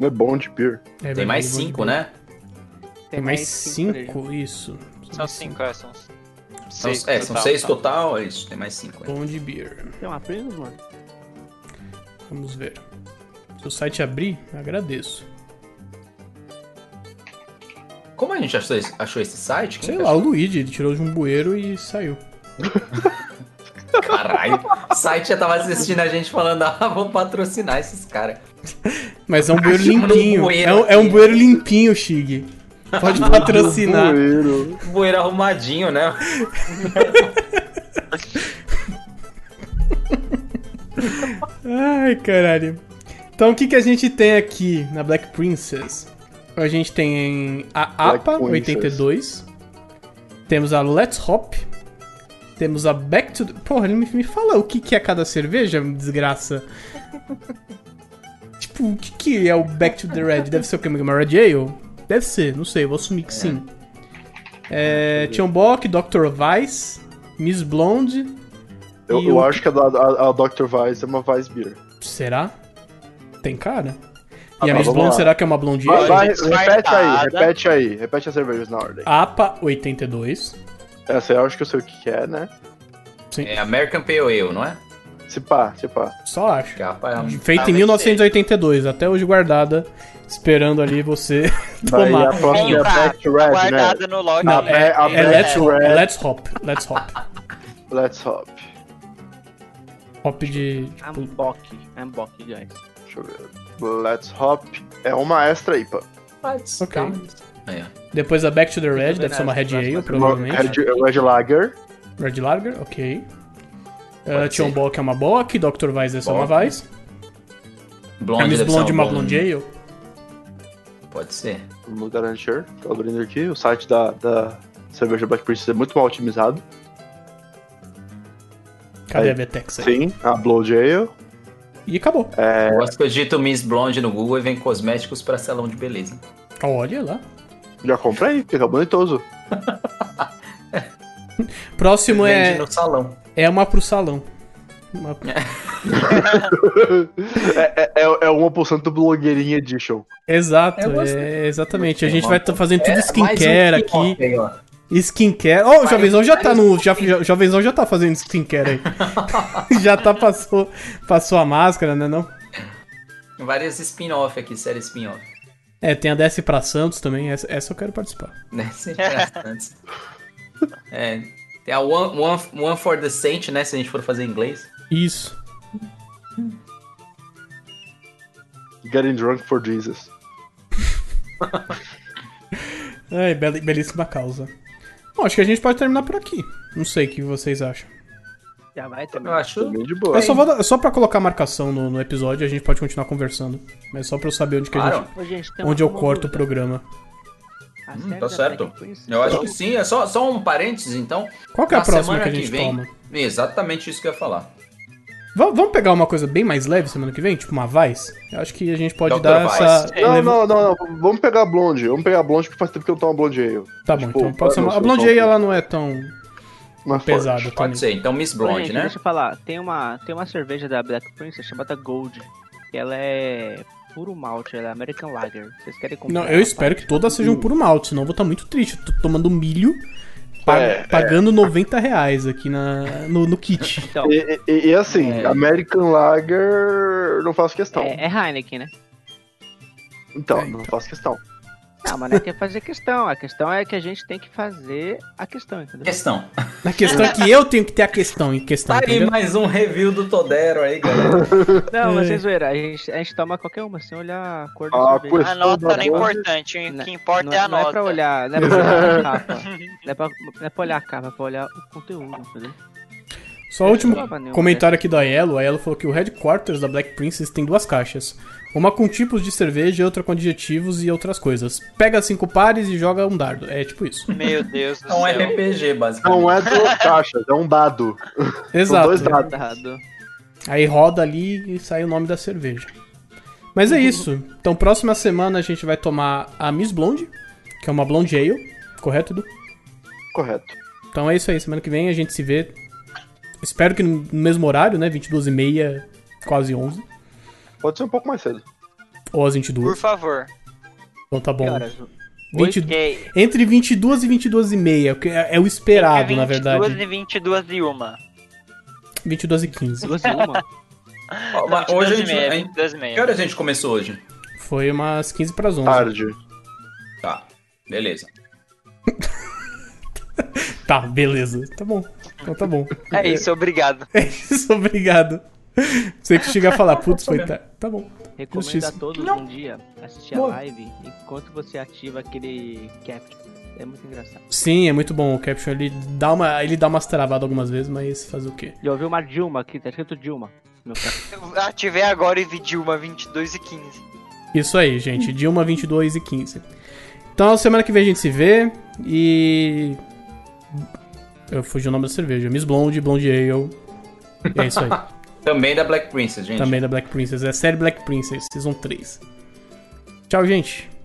[SPEAKER 4] Não é bom de beer.
[SPEAKER 2] É
[SPEAKER 3] Tem
[SPEAKER 2] verdade,
[SPEAKER 3] mais
[SPEAKER 2] bom de
[SPEAKER 3] cinco,
[SPEAKER 2] beber.
[SPEAKER 3] né?
[SPEAKER 2] Tem mais
[SPEAKER 1] cervejas.
[SPEAKER 2] 5, isso.
[SPEAKER 5] São
[SPEAKER 2] Mais
[SPEAKER 5] cinco, é, são
[SPEAKER 3] São,
[SPEAKER 5] seis.
[SPEAKER 3] é, são
[SPEAKER 5] total. tá.
[SPEAKER 3] seis total, é isso, tem mais cinco. é.
[SPEAKER 2] Bom de beer.
[SPEAKER 1] Tem uma Primus, mano?
[SPEAKER 2] Vamos ver. Se o site abrir, eu agradeço.
[SPEAKER 3] Como a gente achou esse, achou esse site? Quem
[SPEAKER 2] Sei
[SPEAKER 3] que
[SPEAKER 2] lá, o
[SPEAKER 3] achou?
[SPEAKER 2] Luigi, ele tirou de um bueiro e saiu.
[SPEAKER 3] Caralho, o site já tava assistindo a gente falando, ah, vamos patrocinar esses caras.
[SPEAKER 2] Mas é um bueiro
[SPEAKER 3] Achamos um
[SPEAKER 2] limpinho.
[SPEAKER 3] bueiro
[SPEAKER 2] é, um, é um
[SPEAKER 3] aqui.
[SPEAKER 2] bueiro limpinho, Shig. Pode patrocinar.
[SPEAKER 4] Poeiro.
[SPEAKER 3] Bueiro arrumadinho, né?
[SPEAKER 2] Ai, caralho. Então, o que, que a gente tem aqui na Black Princess? A gente tem a
[SPEAKER 4] Black
[SPEAKER 2] APA
[SPEAKER 4] Princess.
[SPEAKER 2] 82. Temos a Let's Hop. Temos a Back to the... Porra, ele me, me fala o que, que é cada cerveja, desgraça. tipo, o que, que é o Back to the Red? Deve ser o que? Uma Red Ale? Deve ser, não sei, vou assumir que sim. É, Chambok, Dr. Vice, Miss Blonde,
[SPEAKER 4] Eu,
[SPEAKER 2] E
[SPEAKER 4] eu
[SPEAKER 2] o-
[SPEAKER 4] acho que a, da- a- a Dr. Weiss é uma Weiss Beer.
[SPEAKER 2] será? Tem cara.
[SPEAKER 4] Ah,
[SPEAKER 2] E a
[SPEAKER 4] tá,
[SPEAKER 2] Miss
[SPEAKER 4] vamos
[SPEAKER 2] Blonde,
[SPEAKER 4] lá.
[SPEAKER 2] será que é uma blondie?
[SPEAKER 4] Vai,
[SPEAKER 5] olha,
[SPEAKER 4] vai,
[SPEAKER 5] descartada.
[SPEAKER 4] repete aí, repete aí. Repete as cervejas na ordem.
[SPEAKER 2] APA 82.
[SPEAKER 4] Essa eu acho que eu sei o que que é, né?
[SPEAKER 2] Sim,
[SPEAKER 3] É American Pale Ale, não é?
[SPEAKER 4] Se pá, se pá.
[SPEAKER 2] só acho.
[SPEAKER 3] Capa é um...
[SPEAKER 2] Feita em
[SPEAKER 5] talvez
[SPEAKER 2] 1982, até hoje guardada, esperando ali você
[SPEAKER 4] Aí a
[SPEAKER 2] tomar.
[SPEAKER 4] próxima é a
[SPEAKER 5] Tá
[SPEAKER 4] Back to Red, né?
[SPEAKER 5] guardada no log.
[SPEAKER 4] Não,
[SPEAKER 5] né?
[SPEAKER 4] é-
[SPEAKER 2] É
[SPEAKER 4] a Black
[SPEAKER 2] let's,
[SPEAKER 4] to
[SPEAKER 2] hop,
[SPEAKER 4] Red.
[SPEAKER 2] let's hop, let's hop.
[SPEAKER 4] Let's hop.
[SPEAKER 2] Hop de.
[SPEAKER 3] Ah,
[SPEAKER 1] I'm
[SPEAKER 2] Tipo,
[SPEAKER 1] Um Bock. I'm Bock, guys.
[SPEAKER 4] Deixa eu ver. Let's hop é uma extra IPA.
[SPEAKER 2] ok.
[SPEAKER 3] É.
[SPEAKER 2] Depois a Back to the Red,
[SPEAKER 1] vendo
[SPEAKER 2] deve ser uma
[SPEAKER 1] as
[SPEAKER 2] Red Ale,
[SPEAKER 1] próximas
[SPEAKER 4] Uma
[SPEAKER 2] provavelmente.
[SPEAKER 4] Red, Red Lager.
[SPEAKER 2] Red Lager, ok. Uh,
[SPEAKER 3] Pode
[SPEAKER 2] Tion
[SPEAKER 3] ser.
[SPEAKER 2] Bock é uma Bock, Dr. Weiss é só uma
[SPEAKER 3] Bock.
[SPEAKER 2] Weiss.
[SPEAKER 3] Blonde
[SPEAKER 2] Camis
[SPEAKER 3] deve ser um
[SPEAKER 2] Blonde é uma
[SPEAKER 3] blonde.
[SPEAKER 2] Blonde Ale.
[SPEAKER 3] Pode ser.
[SPEAKER 4] Vamos garantir. Tô abrindo aqui. O site da, da cerveja Black Princess é muito mal otimizado.
[SPEAKER 2] Cadê
[SPEAKER 4] Aí.
[SPEAKER 2] a Vetex aí?
[SPEAKER 4] Sim, a Blood Ale.
[SPEAKER 2] E acabou.
[SPEAKER 3] Eu gosto que eu digito Miss Blonde no Google e vem cosméticos pra salão de beleza.
[SPEAKER 2] Olha lá.
[SPEAKER 4] Já comprei, fica bonitoso.
[SPEAKER 2] Próximo
[SPEAKER 3] Vende
[SPEAKER 2] é,
[SPEAKER 3] no salão.
[SPEAKER 2] é uma pro salão. Uma-
[SPEAKER 4] É, é, é uma porção do blogueirinha edition.
[SPEAKER 2] Exato,
[SPEAKER 3] Eu gostei.
[SPEAKER 2] é, exatamente. A
[SPEAKER 3] Gostei,
[SPEAKER 2] gente vai tá fazendo tudo
[SPEAKER 3] É, mais
[SPEAKER 2] skincare
[SPEAKER 3] um que um
[SPEAKER 2] aqui.
[SPEAKER 3] ontem, ó.
[SPEAKER 2] Skincare. Ó, o Jovenzão já tá no. Já, já- o Jovenzão já tá fazendo skincare aí. já tá passou, passou a máscara, né? Não?
[SPEAKER 3] Várias spin-off aqui, série spin-off.
[SPEAKER 2] É, tem a DS pra Santos também. Essa, essa eu quero participar.
[SPEAKER 3] Né? Sempre as tantas. é, tem a one, one, one for the Saint, né? Se a gente for fazer em inglês.
[SPEAKER 2] Isso.
[SPEAKER 4] Getting drunk for Jesus.
[SPEAKER 2] Ai, beli- É, belíssima causa. Bom, acho que a gente pode terminar por aqui. Não sei o que vocês acham.
[SPEAKER 1] Já vai também.
[SPEAKER 3] Eu acho.
[SPEAKER 4] Também de boa.
[SPEAKER 2] Eu só vou dar- só pra colocar a marcação no, no episódio, a gente pode continuar conversando. Mas só pra eu saber onde que a
[SPEAKER 3] Claro.
[SPEAKER 2] gente.
[SPEAKER 1] Ô, gente, tem
[SPEAKER 2] Onde
[SPEAKER 1] uma-
[SPEAKER 2] eu
[SPEAKER 1] uma
[SPEAKER 2] corto o
[SPEAKER 1] dúvida.
[SPEAKER 2] programa.
[SPEAKER 1] A é
[SPEAKER 3] Hum,
[SPEAKER 1] série
[SPEAKER 3] tá
[SPEAKER 1] da
[SPEAKER 3] certo.
[SPEAKER 1] Black Princess-
[SPEAKER 3] Eu acho que sim. É só, só um parênteses, então.
[SPEAKER 2] Qual que é a
[SPEAKER 3] Na
[SPEAKER 2] próxima
[SPEAKER 3] semana
[SPEAKER 2] que a gente
[SPEAKER 3] vem-
[SPEAKER 2] toma?
[SPEAKER 3] Exatamente isso que eu ia falar.
[SPEAKER 2] Va- vamos pegar uma coisa bem mais leve semana que vem? Tipo uma Vice? Eu acho que a gente pode
[SPEAKER 3] Dr.
[SPEAKER 2] dar
[SPEAKER 3] Vice.
[SPEAKER 2] essa.
[SPEAKER 4] Não,
[SPEAKER 2] leva-
[SPEAKER 4] não, não, não. Vamos pegar a blonde. Vamos pegar a blonde porque faz tempo que eu não tomo blonde ale.
[SPEAKER 2] Tá bom,
[SPEAKER 4] Tipo,
[SPEAKER 2] então pode ser uma. A
[SPEAKER 4] vamos-
[SPEAKER 2] Blonde Ale, ela não é tão
[SPEAKER 4] Uma
[SPEAKER 2] pesada
[SPEAKER 4] forte.
[SPEAKER 2] também.
[SPEAKER 3] Pode ser. Então, Miss
[SPEAKER 1] Ô,
[SPEAKER 3] Blonde,
[SPEAKER 1] gente,
[SPEAKER 3] né?
[SPEAKER 1] Deixa eu falar, tem uma, tem uma cerveja da Black Princess chamada Gold, que ela é puro malte, ela é American Lager. Vocês querem comprar?
[SPEAKER 2] Não, eu espero que todas sejam puro malte, senão eu vou estar muito triste. Eu tô tomando milho, pa-
[SPEAKER 4] É, é.
[SPEAKER 2] pagando 90 reais aqui na, no, no kit.
[SPEAKER 1] Então,
[SPEAKER 4] E, e- e assim,
[SPEAKER 3] É.
[SPEAKER 4] American Lager não faço questão.
[SPEAKER 1] é, é Heineken, né?
[SPEAKER 4] Então,
[SPEAKER 2] É, então.
[SPEAKER 4] não faço questão.
[SPEAKER 1] Não, mas não é que é fazer questão. A questão é que a gente tem que fazer a questão,
[SPEAKER 2] É.
[SPEAKER 1] entendeu?
[SPEAKER 3] Questão.
[SPEAKER 2] Na questão é que eu tenho que ter a questão em questão,
[SPEAKER 3] Tá aí
[SPEAKER 2] entendeu?
[SPEAKER 3] mais um review do Todero aí, galera.
[SPEAKER 1] Não, mas
[SPEAKER 2] É.
[SPEAKER 1] sem zoeira, a gente, a gente toma qualquer uma sem olhar a cor da
[SPEAKER 4] Ah,
[SPEAKER 1] cerveja.
[SPEAKER 5] A
[SPEAKER 4] questão da
[SPEAKER 5] nota não é
[SPEAKER 4] blonde-
[SPEAKER 5] importante, o
[SPEAKER 1] Não-
[SPEAKER 5] que importa
[SPEAKER 1] não,
[SPEAKER 5] é a
[SPEAKER 1] não
[SPEAKER 5] nota.
[SPEAKER 1] é pra olhar, não é pra olhar a capa. Não é pra, não é pra olhar a capa, é pra olhar o conteúdo, entendeu?
[SPEAKER 2] Só o último
[SPEAKER 1] Desculpa, Nil,
[SPEAKER 2] comentário aqui da Yellow. A Yellow falou que o Headquarters da Black Princess tem duas caixas. Uma com tipos de cerveja, outra com adjetivos e outras coisas. Pega cinco pares e joga um dardo. É tipo isso.
[SPEAKER 5] Meu Deus do
[SPEAKER 3] É um
[SPEAKER 5] céu.
[SPEAKER 3] RPG,
[SPEAKER 4] Não
[SPEAKER 3] basicamente.
[SPEAKER 4] é duas caixas, é um dado. São
[SPEAKER 2] Exato.
[SPEAKER 4] dois dados.
[SPEAKER 1] Tá Errado.
[SPEAKER 2] Aí roda ali e sai o nome da cerveja. Mas é isso. Então, próxima semana a gente vai tomar a Miss Blonde, que é uma Blonde Ale, correto, Edu?
[SPEAKER 4] Correto.
[SPEAKER 2] Então é isso aí. Semana que vem a gente se vê. Espero que no mesmo horário, né? 22h30, quase 11.
[SPEAKER 4] Pode ser um pouco mais cedo.
[SPEAKER 2] Ou às
[SPEAKER 5] Por
[SPEAKER 2] 22.
[SPEAKER 5] favor.
[SPEAKER 2] Então tá bom.
[SPEAKER 1] Que horas?
[SPEAKER 2] 22
[SPEAKER 5] Ok.
[SPEAKER 2] Entre 22 e 22 e meia, que é é o esperado, na verdade.
[SPEAKER 5] 22 e 22 e 1.
[SPEAKER 2] 22 e 15.
[SPEAKER 1] Duas e uma?
[SPEAKER 3] Ó, mas hoje a gente. a gente-
[SPEAKER 5] 22 tipo, e
[SPEAKER 3] Que
[SPEAKER 5] meia.
[SPEAKER 3] hora a gente começou hoje?
[SPEAKER 2] Foi umas 15 para as 11.
[SPEAKER 4] Tarde.
[SPEAKER 3] Tá, beleza.
[SPEAKER 2] Tá, beleza. Tá bom. Então tá bom.
[SPEAKER 5] É isso, obrigado.
[SPEAKER 2] É isso, obrigado. Sei que chega a falar, putz, foi tarde. Tá bom.
[SPEAKER 1] Recomendo
[SPEAKER 2] Justiça.
[SPEAKER 1] a todos um dia assistir a
[SPEAKER 2] Boa.
[SPEAKER 1] live enquanto você ativa aquele caption. É muito engraçado.
[SPEAKER 2] Sim, é muito bom o caption. Ele dá, uma, ele dá umas travadas algumas vezes, mas fazer o quê?
[SPEAKER 1] E eu ouvi uma Dilma aqui, tá escrito Dilma. Meu cara.
[SPEAKER 5] Eu ativei agora e vi Dilma 22 e 15.
[SPEAKER 2] Isso aí, gente. Dilma 22 e 15. Então, semana que vem a gente se vê e. Eu fugi o nome da cerveja. Miss Blonde, Blonde Ale. E é isso aí.
[SPEAKER 3] Também da Black Princess, gente.
[SPEAKER 2] Também da Black Princess. É a série Black Princess, Season 3. Tchau, gente.